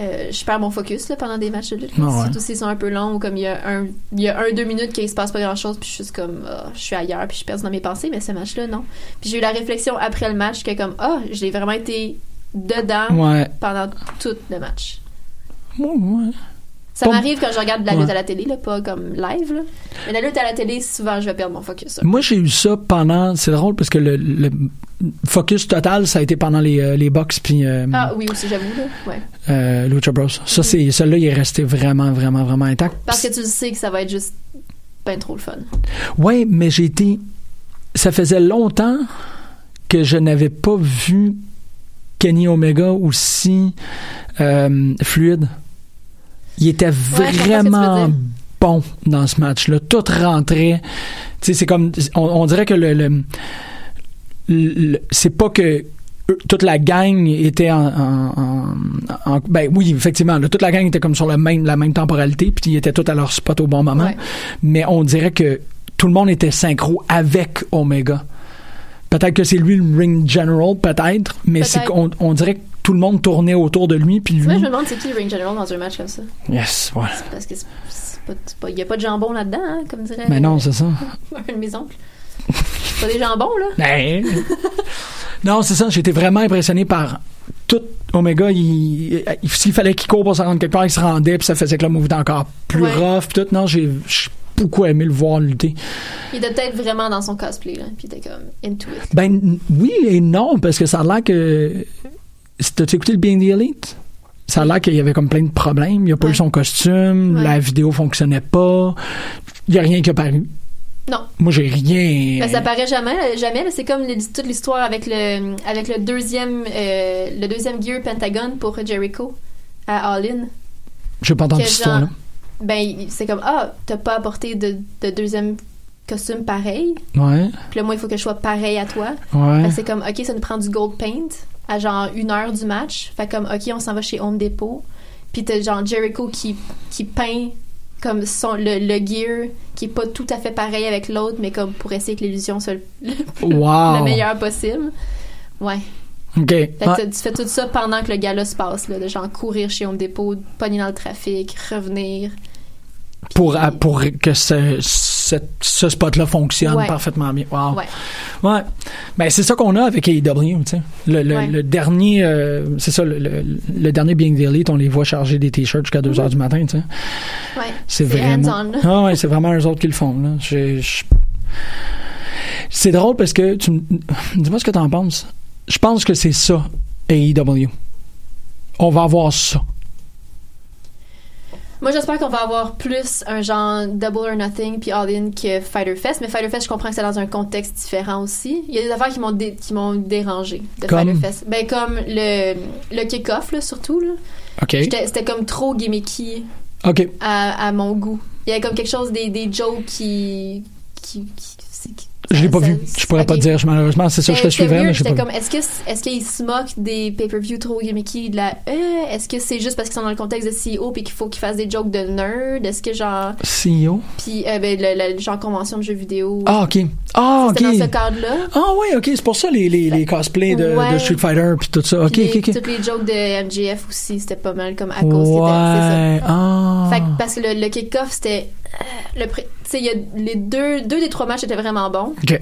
euh, je perds mon focus là, pendant des matchs de lutte,
Ah ouais.
surtout s'ils sont un peu longs ou comme il y a un, il y a un deux minutes qu'il se passe pas grand chose, puis je suis juste comme, ah, je suis ailleurs, puis je perds dans mes pensées, mais ce match-là non. Puis j'ai eu la réflexion après le match que comme, ah, j'ai vraiment été dedans
Ouais.
pendant tout le match.
Ouais, ouais.
Ça
Pas-
m'arrive quand je regarde de la lutte
Ouais.
à la télé, là, pas comme live. Là. Mais la lutte à la télé, souvent, je vais perdre mon focus. là.
Moi, j'ai eu ça pendant. C'est drôle parce que le, le focus total, ça a été pendant les, euh, les box puis euh,
Ah oui, aussi, j'avoue. là. Ouais.
euh, Lucha Bros. Ça, c'est celui-là, il est resté vraiment, vraiment, vraiment intact.
Parce que tu le sais que ça va être juste ben trop le fun.
Ouais, mais j'ai été. Ça faisait longtemps que je n'avais pas vu Kenny Omega aussi euh, fluide. Il était
comprends ce que tu veux
vraiment
dire.
bon dans ce match-là. Tout rentrait. Tu sais, c'est comme. On, on dirait que le. le- le- c'est pas que. eux- Toute la gang était en, en- en- en- ben oui effectivement là, toute la gang était comme sur le même la même temporalité puis ils étaient tous à leur spot au bon moment
Ouais.
mais on dirait que tout le monde était synchro avec Omega. Peut-être que c'est lui le ring general, peut-être, mais
Peut-être.
c'est qu'on on dirait que tout le monde tournait autour de lui, puis lui.
Moi, je me demande c'est qui le Ring General dans un match comme ça.
Yes, voilà.
Parce que c'est- c'est pas- c'est pas- il n'y a pas de jambon là-dedans, hein, comme dirait
Mais Ben non, c'est ça.
euh, un de mes oncles. C'est pas des jambons, là.
Ben. non, c'est ça. J'étais vraiment impressionné par tout Omega. Il, il- s'il fallait qu'il court pour se rendre quelque part, il se rendait, puis ça faisait que le mouvement était encore plus
Ouais.
rough, puis tout. Non, j'ai j'ai beaucoup aimé le voir lutter.
Il était peut-être vraiment dans son cosplay, là. Puis il était comme into it.
Ben n- oui et non, parce que ça a l'air que. T'as-tu écouté le Being the Elite? Ça a l'air qu'il y avait comme plein de problèmes. Il a pas
Ouais.
eu son costume,
Ouais.
la vidéo fonctionnait pas. Il y a rien qui a paru.
Non.
Moi, j'ai rien.
Ben, ça paraît jamais, là, jamais. là. C'est comme les- toute l'histoire avec le, avec le deuxième, euh, le deuxième gear Pentagon pour Jericho à All In.
J'ai pas entendu
que
cette histoire-là.
Ben, il- c'est comme, ah, t'as pas apporté de, de deuxième costume pareil.
Ouais,
Puis là, moi, il faut que je sois pareil à toi. Fait
ouais.
que Ben, c'est comme, OK, ça nous prend du gold paint à genre une heure du match. Fait comme, OK, on s'en va chez Home Depot. Puis t'as genre Jericho qui, qui peint comme son, le, le gear qui est pas tout à fait pareil avec l'autre, mais comme pour essayer que l'illusion soit le, le-
Wow.
le meilleur possible. Ouais.
OK.
Fait que
Ah. Ouais.
t'as- tu fais tout ça pendant que le gala se passe, là, de genre courir chez Home Depot, pogner dans le trafic, revenir,
pour, à- pour que ce, cette- ce spot-là fonctionne
Ouais.
parfaitement bien. Wow.
Ouais.
Ouais. Ben, c'est ça qu'on a avec AEW, tu sais. Le, le,
Ouais.
le dernier, euh, c'est ça, le, le, le dernier Being the Elite, on les voit charger des t-shirts jusqu'à 2 heures du matin, tu sais.
Ouais.
C'est
C'est
vraiment.
hands-on, là.
Ah ouais, c'est vraiment eux autres qui le font, là. J'ai- je- C'est drôle parce que tu me- dis-moi ce que t'en penses. Je pense que c'est ça, AEW. On va avoir ça.
Moi, j'espère qu'on va avoir plus un genre Double or Nothing puis All In que Fighter Fest, mais Fighter Fest, je comprends que c'est dans un contexte différent aussi. Il y a des affaires qui m'ont dé- qui m'ont dérangé de
Comme?
Fighter Fest. Ben comme le le kick-off là, surtout là.
OK.
J'étais- C'était comme trop gimmicky
OK.
à, à mon goût. Il y avait comme quelque chose des des jokes qui qui, qui- c'est- qui-
Je l'ai pas
ça-
vu. Je pourrais pas
ok.
te dire, je- malheureusement. C'est ça, je te
C'était- Ben, c'était
suivrai,
weird,
mais je sais
j'étais
pas.
comme, est-ce que est-ce qu'ils se moquent des pay-per-view trop gimmicky de la euh, Est-ce que c'est juste parce qu'ils sont dans le contexte de CEO puis qu'il faut qu'ils fassent des jokes de nerd Est-ce que genre
CEO.
puis euh, ben le, le- genre convention de jeux vidéo
E Ah, OK. Ah, OK.
C'était dans ce cadre-là.
Ah ouais, ok, c'est pour ça les, les, les cosplays de, de
Ouais.
Street Fighter puis tout ça. Ok,
Puis les-
ok, ok.
Toutes les jokes de MJF aussi, c'était pas mal comme à cause qu'il était- c'est ça.
Ouais. Ah.
Fait que parce que le, le kick-off, c'était. euh, le pré- Tu sais, il y a les deux, deux des trois matchs étaient vraiment bons.
Ok.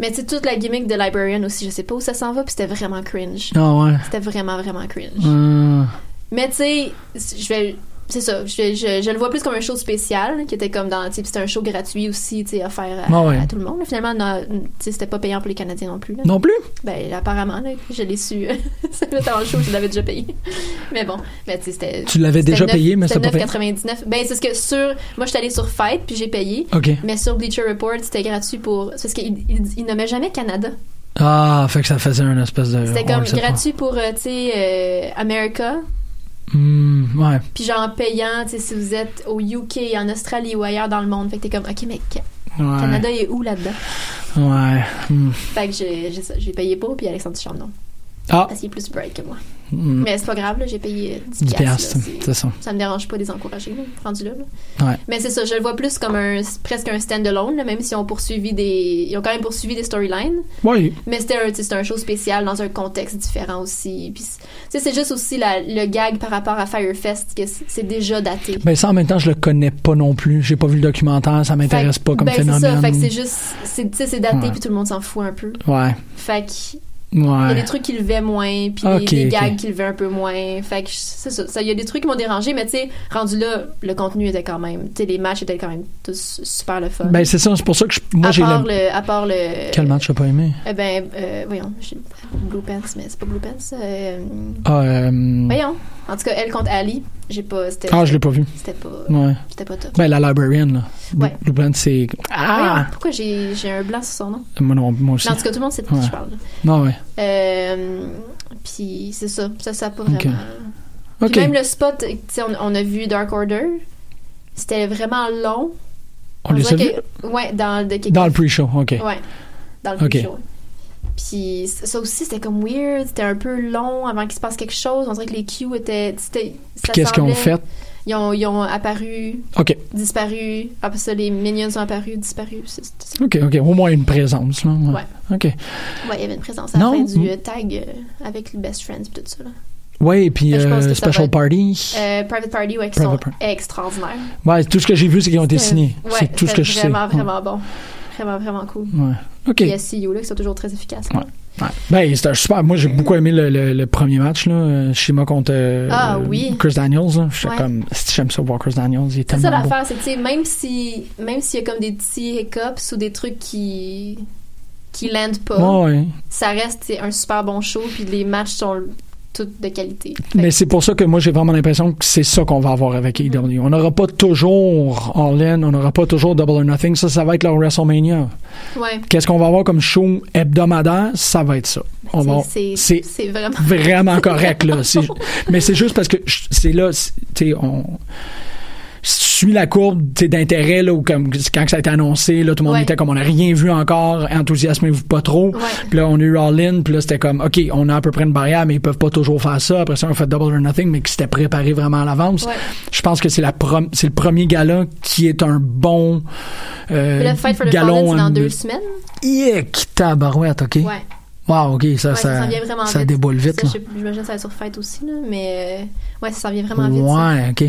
Mais tu sais, toute la gimmick de Librarian aussi, je sais pas où ça s'en va, puis c'était vraiment cringe.
Ah ouais.
C'était vraiment, vraiment cringe.
Hum.
Mais tu sais, je vais. C'est ça, je, vais- je, je le vois plus comme un show spécial, qui était comme dans. tu sais, puis C'était un show gratuit aussi, tu sais, offert à,
Ah ouais.
à tout le monde. Finalement, non, tu sais, c'était pas payant pour les Canadiens non plus. là.
Non plus?
Ben, apparemment, là, je l'ai su. C'était dans le show, je l'avais déjà payé. Mais bon, mais tu sais, c'était.
Tu l'avais déjà
neuf-
payé, mais c'était pas payé.
9,99. Ben, c'est ce que sur. Moi, je suis allée sur Fight, puis j'ai payé.
OK.
Mais sur Bleacher Report, c'était gratuit pour. c'est Parce qu'il il, il nommait jamais Canada.
Ah, fait que ça faisait un espèce de.
C'était
Euh, on
comme
le sait pas.
gratuit pour, euh, tu sais, euh, America.
Hum, ouais.
Puis genre payant, tu sais, si vous êtes au UK, en Australie ou ailleurs dans le monde. Fait que t'es comme, OK, mais Ca-
Ouais.
Canada est où là-dedans?
Ouais. Hum.
Fait que j'ai j'ai ça, j'ai payé pour, puis Alexandre Duchamp, non.
Ah.
Parce qu'il est plus bright que moi.
hum,
Mais c'est pas grave, là, j'ai payé euh, 10
10
piastres, là,
piastres,
c'est-
c'est ça.
Ça me dérange pas de les encourager, là, rendu là. là.
Ouais.
Mais c'est ça, je le vois plus comme un, presque un stand-alone, là, même s'ils ont poursuivi des. Ils ont quand même poursuivi des storylines.
Ouais.
Mais c'était un, tu sais, c'était un show spécial dans un contexte différent aussi. Puis, c'est- tu sais, c'est juste aussi la- le gag par rapport à Firefest, que c'est c'est déjà daté.
Ben ça, en même temps, je le connais pas non plus. J'ai pas vu le documentaire, ça m'intéresse
Fait que-
pas comme
ben, C'est
phénomène.
ça, fait que c'est juste, c'est, tu sais, c'est daté
Ouais.
puis tout le monde s'en fout un peu.
Ouais.
Fait que il y a
Ouais.
des trucs qu'il levait moins puis des-
Ok,
des,
ok.
gags qu'il levait un peu moins. Fait que je- c'est ça, ça, il y a des trucs qui m'ont dérangé, mais tu sais, rendu là, le contenu était quand même, tu sais, les matchs étaient quand même tous super le fun.
Ben c'est ça, c'est pour ça que je- moi
euh, à
j'ai
part
le.
le, à part le,
Quel match j'ai pas aimé?
Eh ben, euh, voyons, j'ai- Blue Pants, mais c'est pas Blue Pants. euh,
Ah, euh,
Voyons. En tout cas, elle contre Ali, j'ai pas, c'était,
ah, je l'ai pas vu.
c'était pas,
Ouais.
c'était pas top.
Ben la librarian, là.
Ouais.
Blue Planet, c'est.
Voyons,
Ah!
pourquoi j'ai, j'ai un blanc sur son nom?
Moi, non, moi aussi.
Non, en tout cas, tout le monde sait de qui
Ouais.
je parle.
Non, ouais.
Euh, puis c'est ça, ça ça a pas vraiment. Puis
Ok. OK.
même le spot, tu sais, on, on a vu Dark Order, c'était vraiment long.
On les a
dirait
vus
que- Ouais, dans le
dans le pre-show. OK.
Ouais, dans le
Ok.
show. Puis c- ça aussi c'était comme weird, c'était un peu long avant qu'il se passe quelque chose. On dirait que les cues étaient, c'était,
Puis qu'est-ce qu'ils ont fait?
Ils ont, ils ont apparu,
OK.
disparu. Après ça, les minions sont apparus, disparus. C'est- c'est-
OK, OK. Au moins une présence, là. Ouais.
Ouais.
OK.
Ouais, il y avait une présence à la
Non.
fin du
Mm.
euh, tag euh, avec le best friends et tout ça. là.
Ouais, et puis
Ben, je pense
euh,
que ça va
Special
être-
Party.
Euh, Private Party, ouais, qui
Private
sont
Party.
extraordinaires.
Ouais, tout ce que j'ai vu, c'est qu'ils ont été signés.
Euh, ouais,
c'est tout ce que je sais.
Vraiment,
Ouais.
vraiment bon. Vraiment, vraiment cool.
Ouais. OK.
Puis Il y a CEO, là, qui sont toujours très efficaces. là.
Ouais. Ben, c'était super. Moi, j'ai beaucoup aimé le, le- le premier match, là. euh, Shima contre euh,
Ah, oui.
Chris Daniels, là. J'étais
Ouais.
comme, si j'aime ça voir Chris Daniels, il est
C'est ça
tellement beau.
l'affaire, c'est que tu sais, même si même s'il y a comme des petits hiccups ou des trucs qui qui landent pas,
Ouais, ouais.
ça reste tu sais, un super bon show puis les matchs sont tous de qualité. Fait
Mais
que- Mm-hmm.
c'est pour ça que moi, j'ai vraiment l'impression que c'est ça qu'on va avoir avec AEW. On n'aura pas toujours All-In, on n'aura pas toujours Double or Nothing. Ça, ça va être leur WrestleMania.
ouais,
Qu'est-ce qu'on va avoir comme show hebdomadaire? Ça va être ça. On va...
Ben, c'est
Oh, c'est
c'est- c'est vraiment
vraiment correct, là. C'est- Mais c'est juste parce que je- c'est là, c'est- tu sais, on si tu suis la courbe tu sais, d'intérêt, là, ou comme quand ça a été annoncé, là, tout le monde
Ouais.
était comme on n'a rien vu encore, enthousiasmez-vous pas trop.
Ouais.
Puis là, on a eu All-In, puis là, c'était comme, OK, on a à peu près une barrière, mais ils peuvent pas toujours faire ça. Après ça, on fait Double or Nothing, mais qui s'était préparé vraiment à l'avance.
Ouais.
Je pense que c'est la prom- c'est le premier gala qui est un bon euh,
le Fight for the Fallen,
galon.
c'est dans
en-
deux semaines.
Ick, tabarouette, OK?
Ouais.
Wow, OK, ça,
Ouais, ça,
ça,
s'en vient vraiment
ça
vite.
déboule vite,
Ça,
là.
je- J'imagine que ça va être sur Fight aussi, là, mais euh, ouais, ça s'en vient vraiment vite. ça.
Ouais, ok.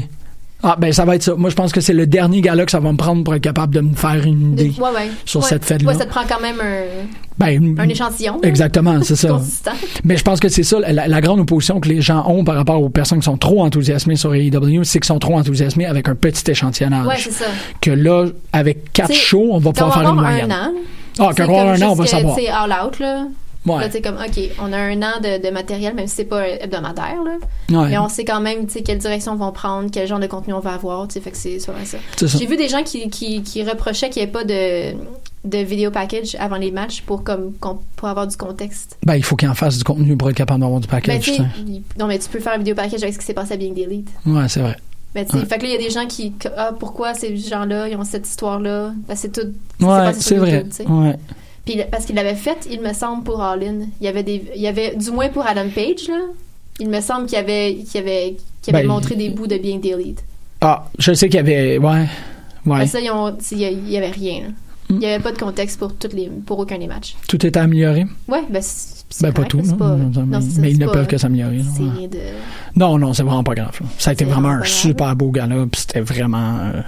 Ah, ben ça va être ça. Moi, je pense que c'est le dernier gala que ça va me prendre pour être capable de me faire une
De-
idée
ouais, ouais.
sur
Ouais.
cette fête-là.
Ouais, ça te prend quand même un,
ben,
un échantillon. là,
Exactement, c'est ça.
consistant.
Mais je pense que c'est ça la, la grande opposition que les gens ont par rapport aux personnes qui sont trop enthousiasmées sur AEW, c'est qu'ils sont trop enthousiasmés avec un petit échantillonnage.
Ouais, c'est ça.
que là, avec quatre
T'sais,
shows, on va
Quand on
pouvoir
va
faire une
avoir
moyenne.
un an.
Ah, quand on va avoir un an, on va savoir.
C'est all out, là.
Ouais.
Là, t'sais, comme, OK, on a un an de, de matériel, même si c'est pas hebdomadaire, là.
Ouais.
Mais on sait quand même, tu sais, quelle direction on va prendre, quel genre de contenu on va avoir, tu sais, fait que c'est sûrement ça.
C'est ça.
J'ai vu des gens qui, qui, qui reprochaient qu'il n'y ait pas de, de vidéo package avant les matchs pour, comme, qu'on- pour avoir du contexte.
Ben, il faut qu'ils en fassent du contenu pour être capable d'avoir du
Mais
package.
Ben, tu sais,
tu sais.
il- non, mais tu peux faire un vidéo package avec ce qui s'est passé à Being Delete.
Ouais, c'est vrai.
Mais Ben, tu sais,
Ouais.
fait que là, il y a des gens qui, que- ah, pourquoi ces gens-là, ils ont cette histoire-là? Parce que c'est tout. c'est
Ouais,
passé sur
c'est vrai.
YouTube, tu sais.
Ouais.
Puis le- parce qu'il l'avait fait, il me semble, pour All In. Il y avait des, il y avait, du moins pour Adam Page, là. Il me semble qu'il avait, qu'il avait, qu'il avait
Ben,
montré des bouts de Being Delete.
Ah, je sais qu'il y avait. Ouais. Ouais.
Parce que là, ils ont- tu sais, il y a- il y avait rien. là.
Mm.
Il n'y avait pas de contexte pour toutes les, pour aucun des matchs.
Tout est amélioré.
Ouais, ben c'est c'est
Ben, pas
correct,
tout.
là, c'est
non,
pas-
non,
non,
mais-
c'est ça,
mais ils
c'est
ne
pas-
peuvent que s'améliorer. là,
C'est
ouais.
rien de.
Non, non, c'est vraiment pas grave. là. Ça a été
C'est
vraiment
vraiment
un
pas grave.
super beau gala, puis c'était vraiment. euh,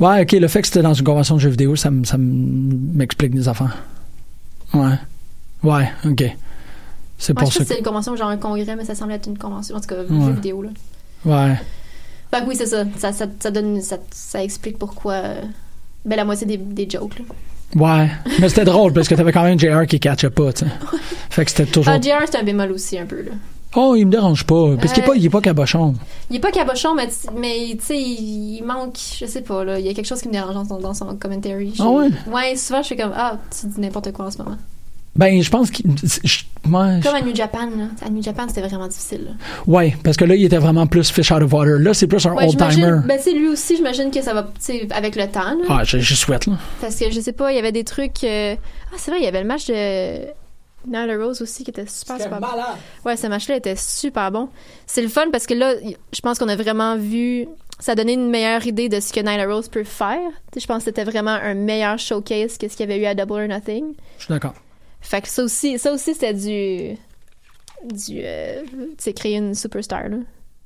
Ouais, ok, le fait que c'était dans une convention de jeux vidéo, ça me- ça me- m'explique des affaires. Ouais. Ouais, ok. C'est
Moi,
pour
je sais que
ça que.
c'est une convention, genre un congrès, mais ça semble être une convention. En tout cas,
Ouais.
jeu vidéo, là.
Ouais.
Fait que oui, c'est ça. Ça, ça, ça donne, ça, ça explique pourquoi. euh, ben, la moitié des, des jokes, là.
Ouais. Mais c'était drôle, parce que t'avais quand même JR qui catchait pas, tu sais. Fait que c'était toujours.
Ah, JR, c'est un bémol aussi, un peu, là.
Oh, il me dérange pas, parce qu'il est
Euh,
pas, il est pas cabochon.
Il est pas cabochon, mais, t- mais tu sais, il il manque, je sais pas, là. Il y a quelque chose qui me dérange dans son, dans son commentary.
Ah ouais?
Ouais, souvent, je suis comme, ah, tu dis n'importe quoi en ce moment.
Ben, je pense qu'il. je- ouais, je-
Comme à New Japan, là. À New Japan, c'était vraiment difficile, là.
ouais, parce que là, il était vraiment plus fish out of water. Là, c'est plus un
Ouais,
old-timer.
j'imagine. Ben, tu sais, lui aussi, j'imagine que ça va, tu sais, avec le temps, là.
Ah, je, je souhaite, là.
Parce que, je sais pas, il y avait des trucs. euh, Ah, c'est vrai, il y avait le match de. Nyla Rose aussi qui était super, super bon. Ouais, ce match-là était super bon. C'est le fun parce que là, y- je pense qu'on a vraiment vu. Ça a donné une meilleure idée de ce que Nyla Rose peut faire. Tu sais, je pense que c'était vraiment un meilleur showcase que ce qu'il y avait eu à Double or Nothing.
Je suis d'accord.
Fait que ça aussi, ça aussi c'était du. du. euh, tu sais, créer une superstar, là.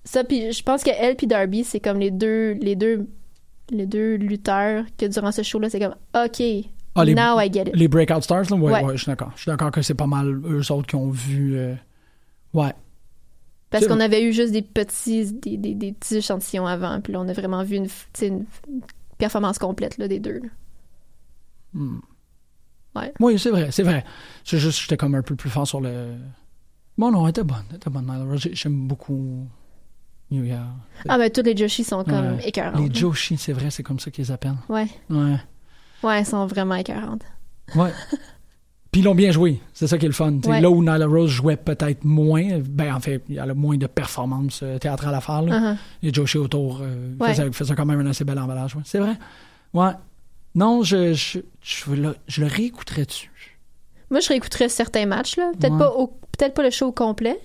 Ça, puis je pense que elle puis Darby, c'est comme les deux. les deux. les deux lutteurs que durant ce show-là, c'est comme, OK,
Ah, les-
now I get it.
Les Breakout Stars, là, ouais, ouais.
Ouais.
je suis d'accord. Je suis d'accord que c'est pas mal eux autres qui ont vu. euh, Ouais.
Parce
C'est
qu'on
vrai.
avait eu juste des petits, des, des, des petits échantillons avant, puis là, on a vraiment vu une, f- tu sais, une f- une performance complète là, des deux. là.
Hmm. Oui, c'est vrai, c'est vrai. C'est juste que j'étais comme un peu plus fort sur le. Bon, non, elle était bonne. Elle était bonne, Nyla Rose. J'ai- J'aime beaucoup New Year.
Ah, mais tous les Joshi sont comme
Ouais.
écœurantes.
Les
là.
Joshi, c'est vrai, c'est comme ça qu'ils les appellent.
Ouais,
Ouais.
ouais, elles sont vraiment écœurantes.
Ouais. Puis ils l'ont bien joué. C'est ça qui est le fun. T'sais,
Ouais.
Là où Nyla Rose jouait peut-être moins, ben en fait, elle a moins de performance euh, théâtrale à faire. Là.
Uh-huh.
Et Joshi autour euh,
Ouais.
faisait, faisait quand même un assez bel emballage. ouais. C'est vrai. Ouais. Non, je, je, je, veux le, je le réécouterais-tu?
Moi, je réécouterais certains matchs, là. Peut-être
Ouais.
pas au- peut-être pas le show au complet,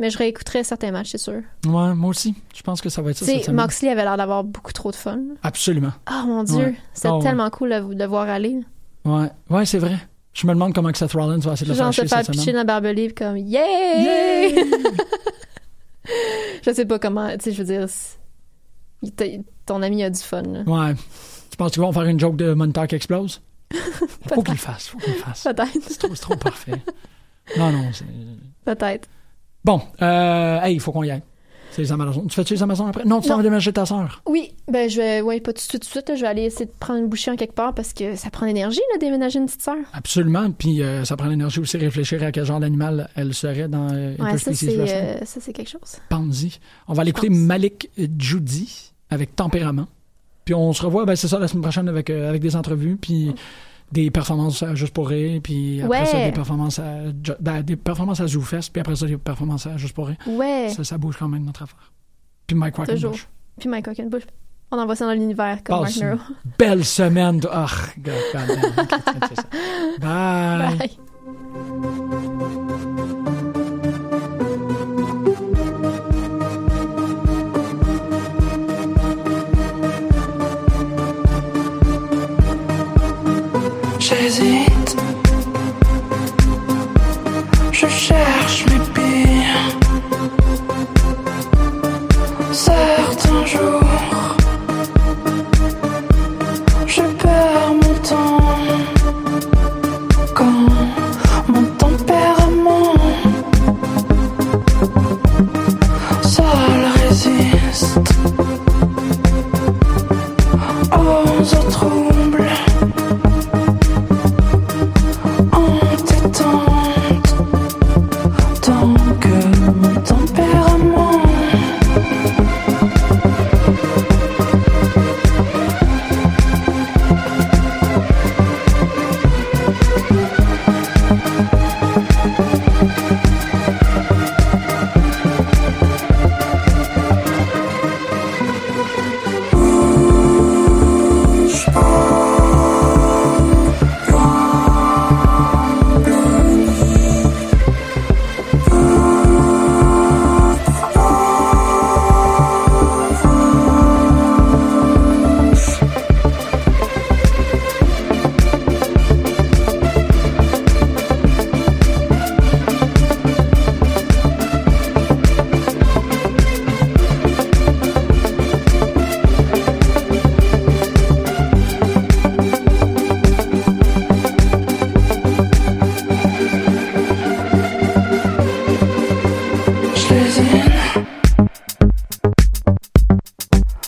mais je réécouterais certains matchs, c'est sûr.
Ouais, moi aussi. Je pense que ça va être
Tu
ça
sais,
cette semaine.
Moxley avait l'air d'avoir beaucoup trop de fun.
Absolument.
Oh mon Dieu,
Ouais.
c'était
Ah, ouais.
tellement cool de, de voir aller.
Ouais, ouais c'est vrai. Je me demande comment que Seth Rollins va essayer de le
Genre
faire
se
chier
faire
cette
pitcher
semaine.
dans la barbelée, comme « Yeah! Je sais pas comment, tu sais, je veux dire, c'est- il t'a- ton ami a du fun, là.
Ouais. Tu penses qu'ils vont faire une joke de Monitor qui explose? faut qu'il le fasse, faut qu'il le fasse.
Peut-être,
C'est trop, c'est trop parfait. Non, non, c'est...
peut-être.
Bon, euh, hey, il faut qu'on y aille. C'est les Amazons. Tu fais-tu les Amazons après? Non, tu t'en
Non.
vas déménager ta sœur.
Oui, ben je vais, ouais, pas tout de suite, tout de suite, là, je vais aller essayer de prendre une bouchée en quelque part parce que ça prend de l'énergie, là, déménager une petite sœur.
Absolument. Puis euh, ça prend l'énergie aussi de réfléchir à quel genre d'animal elle serait dans euh, It
Ouais,
First
ça,
Species
c'est
Last Name.
euh, ça, c'est quelque chose.
Pansy. On va aller écouter
Pansy.
Malik Judy avec Tempérament. Puis on se revoit, ben c'est ça, la semaine prochaine avec, euh, avec des entrevues, puis des performances à Juste pour Rire, puis après
Ouais.
ça, des performances à, Jo- ben, des performances à ZooFest, puis après ça, des performances à Juste pour Rire.
Ouais,
Ça, ça bouge quand même notre affaire. Puis Mike
Toujours.
Quackenbush.
puis Mike Hockenbush, on envoie ça dans l'univers comme Mark
Passe.
Nero.
Belle semaine. de- Ah, God, God, God. Bye.
Bye!